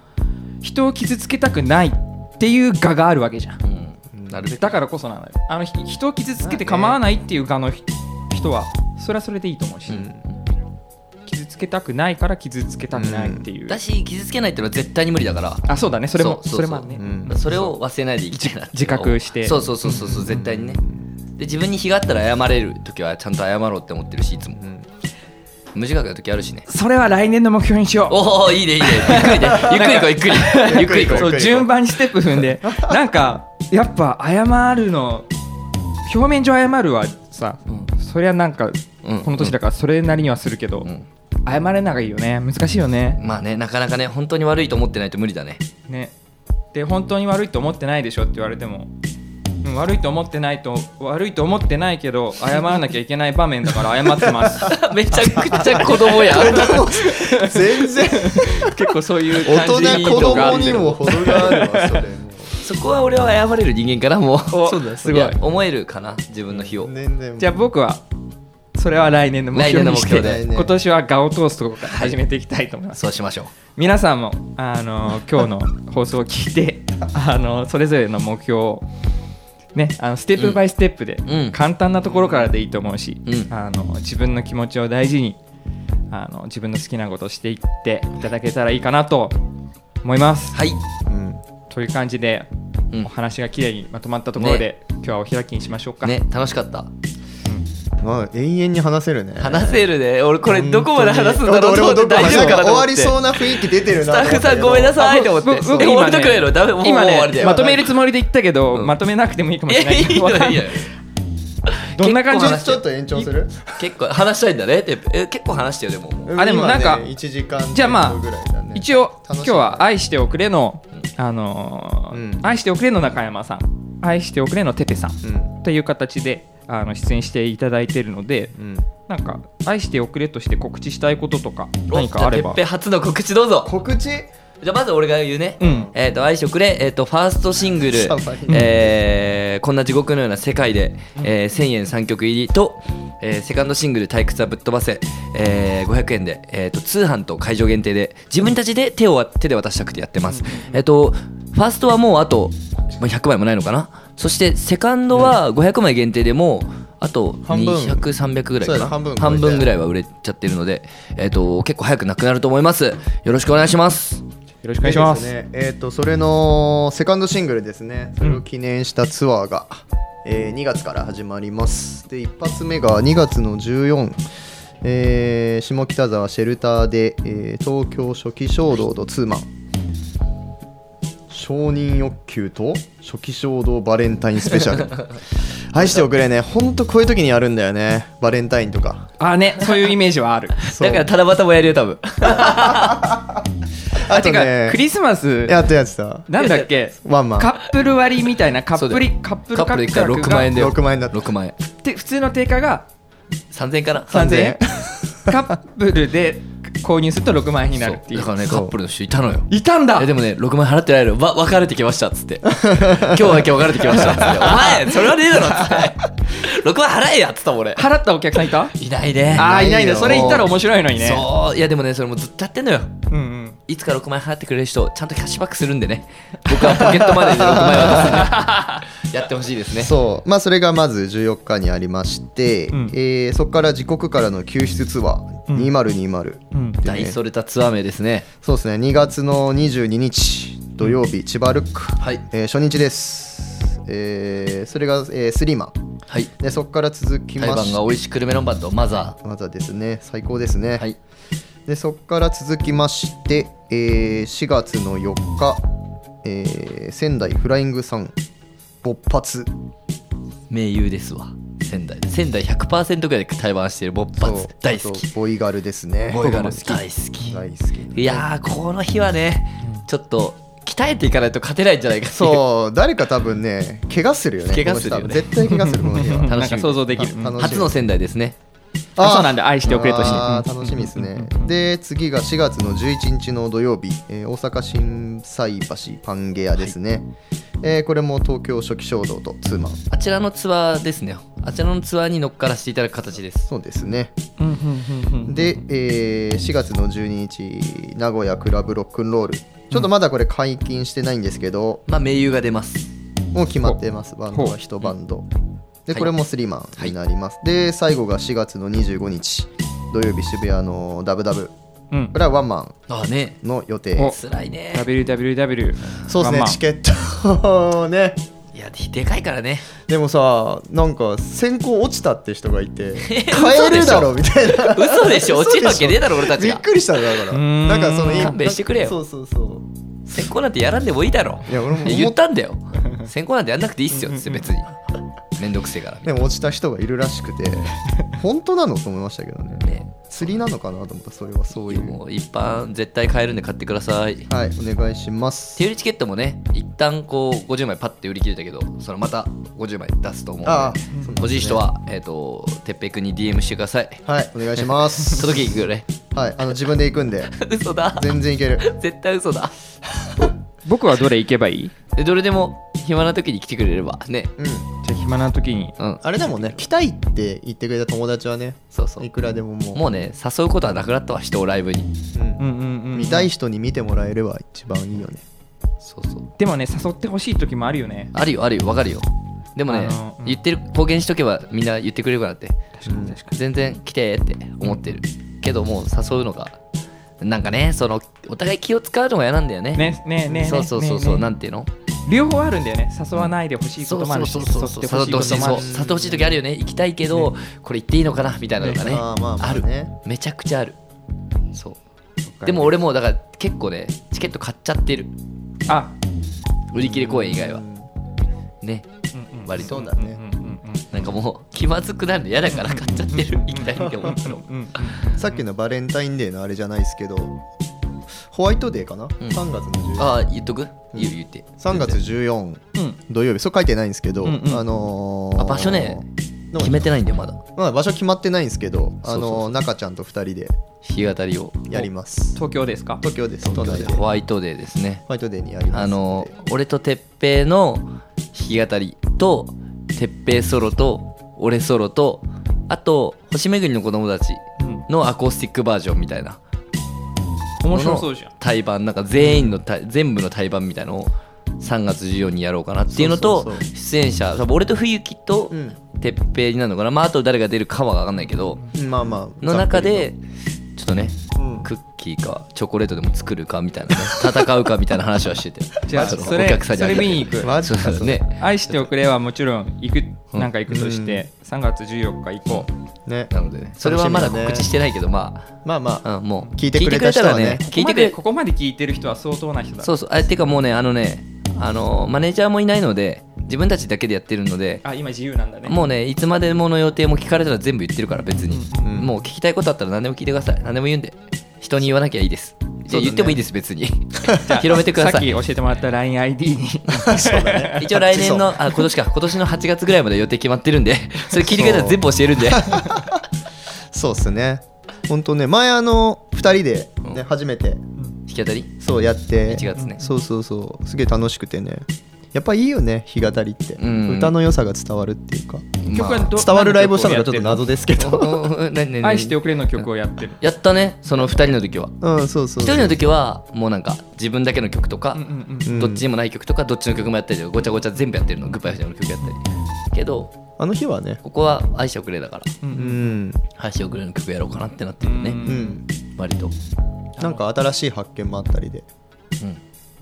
C: 人を傷つけたくないっていう我があるわけじゃん
A: うんなるべく
C: だからこそなのよあのひ人を傷つけて構わないっていう我のひ人はそれはそれでいいと思うし、傷つけたくないから傷つけたくないっていう、
A: だし傷つけないっていうのは絶対に無理だから
C: あそうだねそれも
A: そうそうそう
C: それもあるね、
B: うん
A: それを忘れないでいきたいなって
C: 自覚して
A: そうそうそうそうそう絶対にねで自分に非があったら謝れる時はちゃんと謝ろうって思ってるしいつも
B: うん
A: 無自覚な時あるしね
C: それは来年の目標にしよう
A: おおいいねいいねゆっくりねゆっ くり行こうゆっくりゆっくり行こ
C: そうう順番にステップ踏んでなんかやっぱ謝るの表面上謝るはさ、
A: う
C: そりゃなんか
A: うん
C: この年だからそれなりにはするけど、
A: うん
C: 謝れないのがいいよね難しいよね
A: まあねなかなかね本当に悪いと思ってないと無理だね
C: ねで本当に悪いと思ってないでしょって言われても、うん、悪いと思ってないと悪いと思ってないけど謝らなきゃいけない場面だから謝ってます
A: めちゃくちゃ 子供や
B: 全然
C: 結構そういう
B: 大
C: 感じ
B: 人子
C: とかあ
B: 供
C: って
B: にも程があるわそれも
A: そこは俺は謝れる人間かなもう
C: おそうだすごい
A: や思えるかな自分の日を
B: 全然
C: じゃあ僕はそれは来年の目標にし
A: 来
C: て
A: 年の目
B: 標で
C: 今年はガを通すところから始めていきたいと思います
A: そうしましょう
C: 皆さんもあの今日の放送を 聞いてあのそれぞれの目標をね、あのステップバイステップで、
A: うん
C: 簡単なところからでいいと思うし、
A: うん
C: あの自分の気持ちを大事にあの自分の好きなことをしていっていただけたらいいかなと思います。
A: はい
B: うん
C: という感じで、
A: うん
C: お話がきれいにまとまったところで、今日はお開きにしましょうか。
A: ね楽しかった
B: まあ永遠に話せるね
A: 話せるで俺これどこまで話すんだろう
B: 俺
A: と
B: も
A: 思って
B: どこま
A: 大
B: で
A: 丈夫かなと
B: 終
A: 思っ
B: わ
A: て
B: りそうな雰囲気出てる
A: ス
B: な
A: タッフさんごめんなさいと思って
C: あ僕僕
A: え終わりたくないのダメもうもう
C: 今
A: 終わ
C: ね
A: りだよ
C: まとめるつもりで言ったけど、
A: うん
C: まとめなくてもいいかも
A: い
C: しれな
A: や
C: い
A: いいよいいよ
C: どんな感じ
A: 結構
B: ちょっと延長する
A: 結構話したいんだねってえ結構話してよでも
C: あでもなんか
B: 今ね1時間
C: じゃあまあ
B: ぐらいだね
C: 一応
B: 楽
C: 今
B: しい
C: 日は「愛しておくれの」あのー
B: うん
C: 愛しておくれ」の中山さん「愛しておくれ」のてぺさん
B: うん
C: という形であの出演していただいているので
B: うん
C: なんか「愛しておくれ」として告知したいこととか
A: お
C: 何かあれ
A: じゃ
C: ば
A: てっぺ初の告知どうぞ
B: 告知
A: じゃあまず俺が言うね、
C: うん
A: えっ、と「愛しをくれ」えっ、とファーストシングル
B: サバイ
A: 「えーこんな地獄のような世界で」えー1000円3曲入りと、えーセカンドシングル「退屈はぶっ飛ばせ」えー500円で、えー、と通販と会場限定で自分たちで手を手で渡したくてやってます、えっ、とファーストはもうあとまあ100枚もないのかなそしてセカンドは500枚限定でもうあと
B: 半分
A: 200300ぐらい
B: そう
A: かな
B: だね半分
A: 半分ぐらいは売れちゃってるので、えっと結構早くなくなると思いますよろしくお願いします
C: よろしくお願いします
B: でねえっ、とそれのセカンドシングルですね。それを記念したツアーが、えー2月から始まります。で一発目が2月の14。えー下北沢シェルターで、えー東京初期衝動とツーマン承認欲求と初期衝動バレンタインスペシャ ル愛しておくれねほんとこういう時にやるんだよねバレンタインとか
C: あねそういうイメージはある
B: そう
A: だから七夕もやるよ多分
B: あと
C: て
B: ね
C: かクリスマス
B: やったやつだ
C: なんだっけ
B: ワンマン
C: カップル割りみたいなカップ
A: そ
C: リカップル
A: カップル1回
C: 価格
A: 6
C: が
A: 万円だよ
B: 6万円だった
A: 6万円
C: で普通の定価が
A: 3000円かな
C: 3000
B: 3000
C: 円カップルで 購入すると6万円になるっ
A: そう
C: ていう
A: だからね
B: そ
A: カ
B: う
A: ップルの人いたのよ
C: いたんだ
A: えでもね6万円払ってないのよわ別れてきましたっつって今日だけ別れてきましたっつってお前それはねえだろっつって6万円払えやっつったもん俺
C: 払ったお客さんいた
A: いないね
C: あーい
B: い
C: な
B: ないい
C: ん
B: よ
C: だそれ言ったら面白いのにね
A: そういやでもねそれもうずっとやってんのよ
C: うんうん
A: いつか6万円払ってくれる人ちゃんとキャッシュバックするんでね僕はポケットまでに6万円渡すんでやってほしいですね
B: そうまあそれがまず14日にありまして、
C: うん
B: えーそこから自国からの救出ツアー
C: うん
B: 2020、
C: うん
A: 大それたツアー名ですね
B: そうですね2月の22日土曜日千葉ルック、
A: はい
B: えー初日です、えーそれが、えースリーマン
A: はい
B: でそこから続き
A: 台
B: ま
A: 湾が
B: し
A: 美味しくるメロンパンとマザ
B: まだですね最高ですね、
A: ーはい
B: でそこから続きまして、えー4月の4日、えー仙台フライングさん勃発
A: 名優ですわ仙台仙台100%ぐらいで対バンしてる勃
B: そ
A: 発
B: う
A: 大好き
B: あとボイガルですね
A: ボーイガル
C: 僕も好き
A: 大好き
B: 大好き
A: いやーこの日はねちょっと鍛えていかないと勝てないんじゃないかっていう
B: そう、誰か多分ね、怪我するよね。
A: 怪我するよね
B: この人は絶対怪我する、この日は。
A: 楽しみ
C: なんか想像できる
B: あ楽しみ
A: 初の仙台ですね
C: あそうなんだ愛しておくれとして
B: あー
C: うん
B: 楽しみですね
C: うん
B: で次が4月の11日の土曜日、えー大阪心斎橋パンゲアですね、えーこれも東京初期衝動とツーマン
A: あちらのツアーですねあちらのツアーに乗っからしていただく形です
B: そうですね
C: うんうんうんうん
B: で、えー4月の12日名古屋クラブロックンロールちょっとまだこれ解禁してないんですけど、
A: まあ盟友が出ます
B: もう決まってますバンド
C: ほ
B: は
C: う
B: 1バンド
A: は
B: で
A: い
B: これもスリーマンになります、で最後が4月の25日土曜日渋谷のダブダブ
C: うん
B: これはワンマン
A: ああね
B: の予定
C: お
A: 辛いね
C: WWW
B: そうです
C: ワン
B: ね
C: マン
B: チケットをね
A: いやでかいからね
B: でもさなんか先行落ちたって人がい て
A: 嘘
B: 買え
A: でしょ
B: るだろみたいな
A: 嘘でしょ落ちるわけねえだろ俺たち
B: びっ
A: が
B: くりしたんだだから
C: うーん
B: なんかそのい
A: 勘弁してくれよ
B: そうそうそう
A: 先行なんてやらんでもいいだろ
B: いや俺も思っ
A: 言ったんだ よ先行なんてやんなくていいっすよっつって別にめんどくせえから
B: でも落ちた人がいるらし くて本当なのと思いましたけどね
A: ね
B: 釣りなのかなと思ったそれはそ
A: そうう
B: い
A: いううもう一般絶対買えるんで買ってください
B: はいお願いします
A: 手売りチケットもね一旦こう50枚パッて売り切れたけどそのまた50枚出すと思う
B: ああ
A: ので
B: そうなんですね
A: 欲しい人は、えっ、と、てっぺくんに DM してください。
B: はいお願いしま す
A: 届けに行くよね。
B: はいあの自分で行くんで
A: 嘘だ。
B: 全然いける
A: 絶対嘘だ。
C: 僕はどれ行けばいい
A: でどれでも暇な時に来てくれればね。
B: うん
C: じゃあ暇な時に
A: うん。
B: あれだもんね来たいって言ってくれた友達はね
A: そうそ。
B: いうくらでももう
A: もうね、誘うことはなくなったわ、人をライブに。
B: うん
C: うんうんうん
B: 見たい人に見てもらえれば一番いいよね
A: そうそう。
C: でもね誘ってほしい時もあるよね
A: あるよ、あるよ、わかるよ。でもね
C: あの、うん
A: 言ってる、公言しとけばみんな言ってくれるからって。
C: 確かに確かに
A: 全然来てって思ってる。けどもう誘うのが、なんかね、その、お互い気を使うのが嫌なんだよね。
C: ねねね
A: そうそうそうそう、
C: ね
A: な
C: ね
A: んていうの
C: 両方あるんだよね誘わないでほしいこ
A: そう
C: ともあ
A: そう
C: るし
A: そう
C: 誘
A: そ
C: っ
A: うそう
C: てほしい
A: 誘ってほし
C: こと
A: い
C: もあ
A: そう
C: るし
A: 誘ってほしい時あるよね行きたいけど、これ行っていいのかなみたいなのがね
B: ねあーまあまあね
A: るめちゃくちゃあるそうでも俺もうだから結構ねチケット買っちゃってる
C: あ
A: 売り切れ公演以外は
B: うん
A: ね
C: うんうん
A: 割と
B: そうだね
C: うんうんうん
A: なんかもう気まずくなるの嫌だから買っちゃってる行きたいって思ったの
C: うんうん
B: さっきのバレンタインデーのあれじゃないですけどホワイトデーかな、
A: ん
B: 3月の14
A: ああ言っとく言う言って
B: 3月14
C: うん
B: 土曜日そう書いてないんですけど、
C: うんうん
B: あのー
A: あ場所ね
B: でも
A: 決めてないんだよまだ
B: まあ、場所決まってないんですけど
A: そうそう
B: あ
A: そう
B: のー中ちゃんと2人で
A: 日き語りを
B: やります
C: 東京ですか
B: 東京です都内で
A: ホ
B: ホ
A: ワイトデーですね
B: ワイトデーにやります
A: あの俺と哲平の弾き語りと哲平ソロと俺ソロとあと星巡りの子供たち
C: うん
A: のアコースティックバージョンみたいな
C: 面白そうじゃん
A: 対バンなんか全員の対全部の対バンみたいのを3月14にやろうかなっていうのと
B: そうそうそう
A: 出演者多分俺と冬木と
B: うん
A: 哲平になるのかなまああと誰が出るかは分かんないけど
B: まあまあ
A: の中でちょっとね
B: ざっくりとうん
A: クッキーかチョコレートでも作るかみたいなね戦うかみたいな話はしてて
C: じゃあ
A: まの
C: それ
A: お客さんにあげ
C: そ
A: て
C: れ見に行く
B: マジ
A: そう
B: か
A: ですね
C: 愛しておくれはもちろん行
A: う
C: く
A: ん
C: なんか行くとして3月14日行こう
B: ね
A: なのでねそれはまだ告知してないけど、ま
B: まあまあ
A: あ、うん、もう
B: 聞いてくれた人はね
A: 聞いてくれ
C: ここまでここまで聞いてる人は相当な人だ
A: そうそうあてかもうねあのねあのマネージャーもいないので自分たちだけでやってるので
C: あ今自由なんだね
A: もうねいつまでもの予定も聞かれたら全部言ってるから別に、
B: ん
A: もう聞きたいことあったら何でも聞いてください何でも言うんで人に言わなきゃいいです
B: そうだね
A: 言ってもいいです別に広めてくだ
C: さ
A: さ
C: っき
A: い
C: 教えてもらった LINEID に
A: 一応来年のあ今年か今年の8月ぐらいまで予定決まってるんでそれ聞いてくれたら全部教えるんで
B: そうっすねほんとね前あの2人で、ね
A: うん
B: 初めて
A: 弾き語り
B: そうやって
A: 1月ね
B: そうそうそうすげえ楽しくてねやっぱいいよね日語りって、
A: うん
B: 歌の良さが伝わるっていうか
C: 曲 はど
B: 伝わるライブをしたのがちょっと
C: 何の
B: 謎
C: 曲をや
B: ですけど
A: まあうんうん何
C: って
A: 何
C: る
A: 何
C: 愛しておくれの曲をやってる
A: やったねその2人の時は
B: うんそうそう
A: 一人の時はもうなんか自分だけの曲とか
C: うん、うん
B: うん
A: どっちにもない曲とかどっちの曲もやったりとかごちゃごちゃ全部やってるのグッバイフジャムの曲やったりけど
B: あの日はね
A: ここは「愛しておくれ」だから
C: うんう
B: うんん
A: 「愛しておくれ」の曲やろうかなってなってるよ
C: う
A: ね
B: うんん
A: 割と、
B: なんか新しい発見もあったりで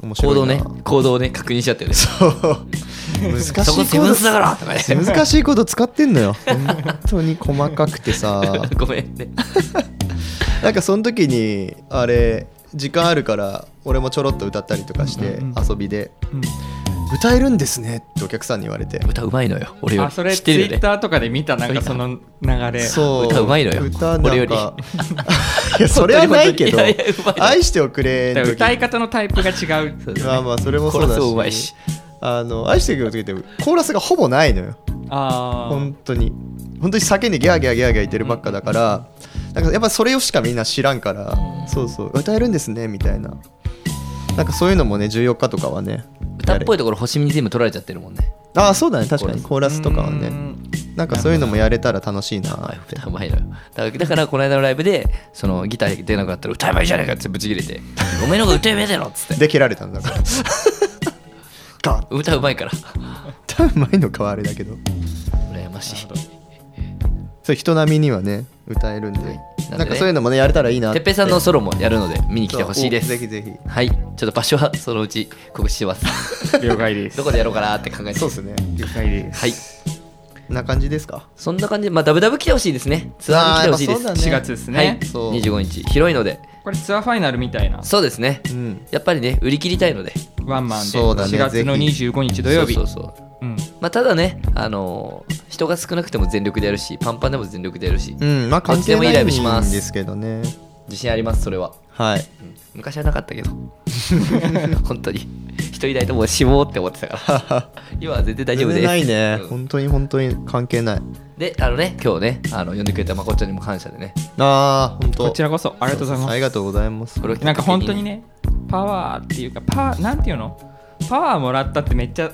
A: うん、
B: 面白
A: 行
B: いな
A: 動ね行動ね確認しちゃってるねそ
B: そう難しい
A: こセブンスだからとかね
B: こと難しいこと使ってんのよ本当に細かく てさ
A: ごめんね
B: なんかその時にあれ時間あるから俺もちょろっと歌ったりとかして
C: うんうん
B: 遊びで
C: うん
B: 「歌えるんですね」ってお客さんに言われて
A: 歌うまいのよ俺よ
C: あ
A: り
C: それ
A: 知っ
C: ツ
A: て
C: イ
A: るよね
C: ッターとかで見たなんかその流れ
B: そう
A: 歌うまいのよ
B: 歌なんか
A: 俺より
B: いやそれはな いけど
A: いやいやうまいの
B: 愛しておくれ
C: だ
B: の
C: か
B: 時
C: ら歌い方のタイプが違う
A: そうだね
B: まあまあそれもそうだ
A: コーラス
B: し
A: もうまいし
B: あの愛してくれる時ってコーラスがほぼないのよ
C: あー
B: 本当に本当に叫んでギャーギャーギャーギャー言ってるばっかだから、なんかやっぱそれをしかみんな知らんから、そうそう歌えるんですねみたいななんかそういうのもね14日とかはね
A: 歌っぽいところ星見に全部取られちゃってるもんね
B: ああそうだね確かにコーラスとかは
C: う
B: ね
C: ん
B: なんかそういうのもやれたら楽しいな
A: あ
B: って
A: 歌うまいのよだからだからこの間のライブでそのギター出なくなったら歌えばいいじゃないかってぶち切れて「お前の方が歌えばいいだろ」っつって
B: で蹴られたんだからガン
A: 歌うまいから
B: 歌うまいのかはあれだけど
A: 羨ましい
B: そう人並みにはね歌えるんで
A: でね
B: なんかそういうのもねやれたらいいなって
A: っぺいさんのソロもやるので見に来てほしいで
B: そうおぜひ
A: す
B: ぜひ
A: はいちょっと場所はそのうち告知してます
C: 了解です
A: どこでやろうかなって考えて
B: そうですね
C: 了解です
A: はい
B: こんな感じですか
A: そんな感じでまあダブダブ来てほしいですねツアーに来てほしいで
B: あー
A: す
B: やっぱ
C: 4月ですね、
A: はい
B: そう
A: 25日広いので
C: これツアーファイナルみたいな
A: そうですね
B: うん
A: やっぱりね売り切りたいので
C: ワンマンで
B: そうだね
C: 4月の
B: ぜひ
C: 25日土曜日
A: そうそうそう
C: うん
A: まあ、ただね、あのー人が少なくても全力でやるしパンパンでも全力でやるし、
B: うんまあ
A: どっ
B: 関
A: ちで
B: 係
A: も
B: ない
A: いライ
B: いん
A: ブします
B: ですけどね
A: 自信ありますそれは、
B: はい
A: うん昔はなかったけど 本当に一人いないともう死亡って思ってたから今は全然大丈夫です
B: 全然ないね
A: うん
B: 本当に本当に関係ない
A: であのね今日ねあの呼んでくれたまこっちゃんにも感謝でね
B: あー本当
C: こちらこそありがとうございます
B: ありがとうございます
A: これをきっかけ
C: なんか本当にねパワーっていうかパワーなんていうのパワーもらったってめっちゃ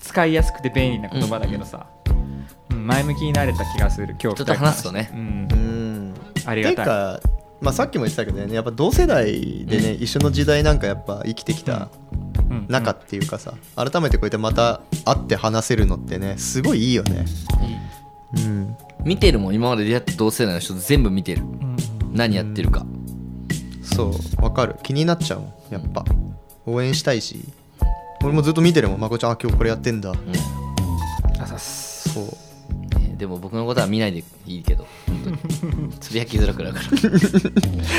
C: 使いやすくて便利な言葉だけどさ、うん前向きになれた気がする今日
A: 人と話すとね
C: うん
B: うん
C: ありが
B: て
C: たい
B: か、まあ、さっきも言ってたけどねやっぱ同世代でね、一緒の時代なんかやっぱ生きてきた
C: うん
B: 中っていうかさ、改めてこうやってまた会って話せるのってねすごいいいよねうん
A: 見てるもん今まで出会った同世代の人全部見てる
C: うん
A: 何やってるか、
B: そうわかる気になっちゃうもんやっぱ応援したいし俺もずっと見てるもんまこちゃんあ今日これやってんだ
A: うん
C: あざっす
B: そう
A: ねでも僕のことは見ないでいいけど本当につぶやきづらくなるか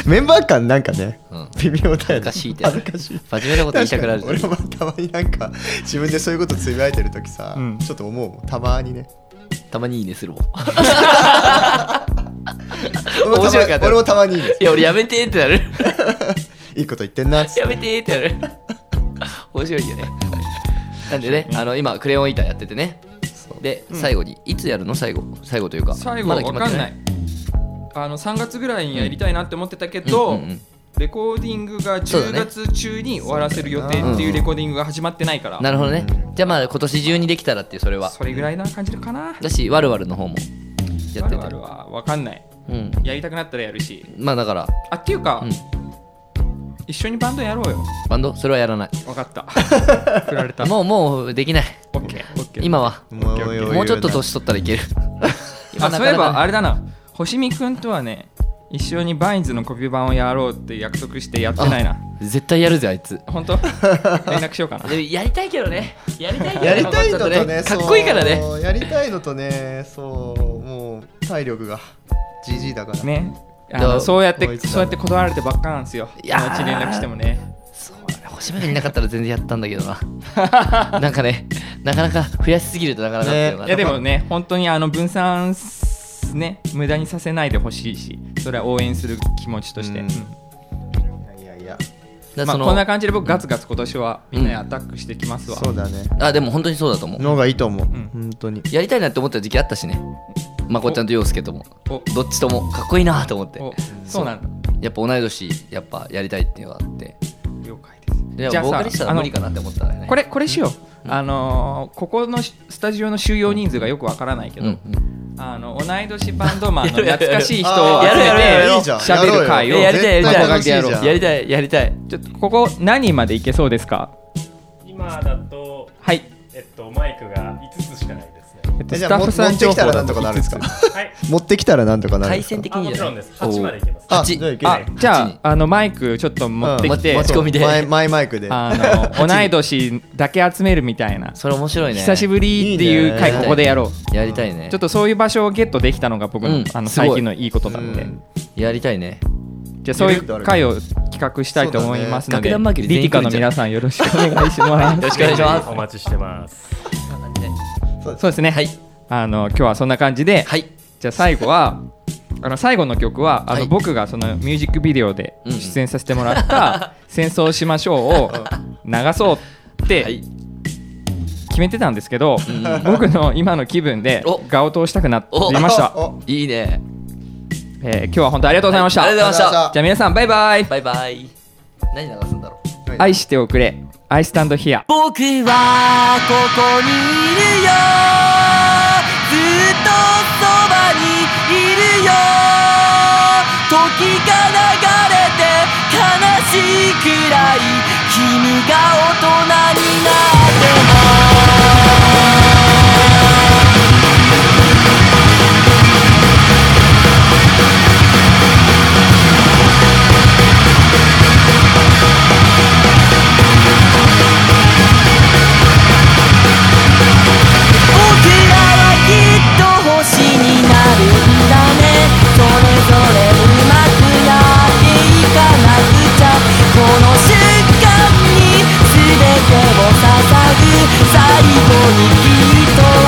B: メンバー感なんかね
A: ら、うん、
B: 微妙だよね恥
A: ずかしいって
B: 恥ずかしい
A: 真面目なこと言いたくなる
B: 確かに俺もたまになんか自分でそういうことつぶやいてる時さ、
C: うん
B: ちょっと思うもんたまにね
A: たまにいいねするもん
B: 俺も
A: 面白いから
B: たま俺もたまにいいです
A: いや俺やめてーってなる
B: いいこと言ってんなっつって
A: やめてーってなる面白いよねなんでねあの今クレヨンイーターやっててねで最後にいつやるの最後最後というか
C: 最後
A: ま
C: わ
A: だ決まっ
C: か
A: て
C: んないあの3月ぐらいにやりたいなって思ってたけ
A: う
C: ど、
A: んうんうん
C: レコーディングが
A: そうだ
C: 10
A: ね
C: 月中に終わらせる予定っていうレコーディングが始まってないから、
A: なるほどねじゃあまあ今年中にできたらっていうそれは
C: それぐらいな感じかな
A: だしわるわるの方もやってて
C: あるはわかんない
A: うん
C: やりたくなったらやるし
A: まあだから
C: あっていうか、
A: うん
C: 一緒にバンドやろうよ
A: バンドそれはやらない
C: わかった 振られた
A: もうもうできない
C: OKOK
A: 今は
B: もう
C: オッケーオッケー
A: もうちょっと年取ったらいける
C: あそういえばあ
A: れ
C: れだな星見くんとはね一緒にバインズのコピー版をやろうって約束してやってないな
A: 絶対やるぜあいつ
C: 本当連絡しようかな
A: でもやりたいけどねやりたいけどね
B: やりたいのと
A: ちょっ
B: ね
A: かっこいいからね
B: そうやりたいのとねそうもう体力が GG だから、
C: ねあ
A: ど
C: の
A: う
C: そうやって
B: こいつだ
C: そうやって断られてばっかなんですよ
A: いやー
C: 友達に連絡してもね
A: そうだね星野がいなかったら全然やったんだけどな なんかねなかなか増やしすぎるとなかなかっていうのが
C: いやでもね本当にあの分散すね無駄にさせないでほしいしそれは応援する気持ちとして、
B: うん
C: うん
B: いやいやいや
A: だから
C: まあ、
A: その
C: こんな感じで僕ガツガツ今年はみんなに
A: うん
C: アタックしてきますわ、
B: そうだね
A: あでも本当にそうだと思う
B: の方がいいと思う、
C: ん
B: 本当に
A: やりたいなって思った時期あったしねまこっちゃんと陽介とも
C: お
A: どっちともかっこいいなと思って
C: おそうなんだ
A: やっぱ同い年やっぱやりたいっていうのがあって
C: 了解です
A: でも
C: じゃあさ
A: ボーカリストは無理かなって思ったからね
C: これこれしよう、
A: うん
C: あのーここのしスタジオの収容人数がよくわからないけ
A: うん
C: ど、
A: うん
C: あの同い年バンドマンの懐かしい人を集
A: やるやるやるやる
C: め
A: い
B: いじ
C: て
B: ゃん
C: しゃべる会
B: や
C: を
B: ろう
A: えやりたいや
B: よ
A: り
B: 絶対
A: た
B: 楽
A: い
B: しいじゃん
A: やりたいやりたい
C: ちょっとここ何までいけそうですか
D: 今だと、
C: はい、
D: えっと、マイクが5つしかないですね。
C: えっと、
B: えじゃ
C: ス
B: あ
C: タッフさん情報だ
B: 持ってきたらなんとかなるんですか
C: 5つ
D: はい。
B: 持ってきたらなんとかなる
A: 対戦的
D: あ、も
A: に
D: ち
A: じゃ
D: ろ
A: なんい
D: です。8までいけます。
B: あ
A: あち
B: じゃあいけ
C: あじゃ
A: 八に
C: ああのマイクちょっと持ってきて、
A: うん持ち込みで
B: マイマイマイクで
C: あの同い年だけ集めるみたいな、
A: それ面白いね
C: 久しぶりっていう
B: いい
C: 会
B: ね
C: ここでやろう
A: やりたいね
C: ちょっとそういう場所をゲットできたのが僕の,、
A: うん
C: あの
A: すごい
C: 最近のいいことなので、
B: うん
A: やりたいね
C: じゃあそういう会を企画したいと思いますので、
A: そうだね楽団紛れ全員
C: リティカの皆さんよろしくお願いします。
A: よろしくお願いします
D: お待ちしてます。
C: そうですね。はい。あの今日はそんな感じで、
A: はい
C: じゃあ最後はあの最後の曲はあの、
A: はい
C: 僕がそのミュージックビデオで
A: うんうん
C: 出演させてもらった「戦争しましょう」を流そうっ
A: は
C: て
A: い
C: 決決めてたんですけど、
E: ん
C: 僕の今の気分で
E: お
C: 画を通したくなりました、
B: お
E: いいね
C: えー今日は本当ありがとうございました、
E: ありがとうござい
B: あ
E: まし
B: りがとうございました
E: た
C: じゃあ皆さんバイバイ
E: バイバイ何流すんだろう
B: は
C: 愛しておくれアイスタンドヒア
E: 僕はここにいるよずっとそばにいるよ時が流れて悲しいくらい君が大人になっても僕らはきっと星になるんだねそれぞれのうまくなっていかなくちゃこの瞬間に全てを捧ぐ最後にきっと笑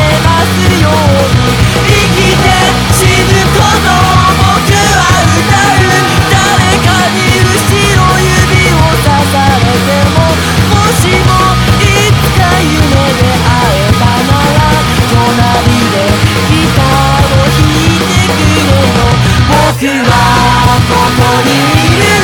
E: えますように生きて死ぬことを僕は歌う誰かに後ろ指を刺されてももしもいつか夢で会え「隣でギターを弾いてくれよ」「僕はここにいるよ」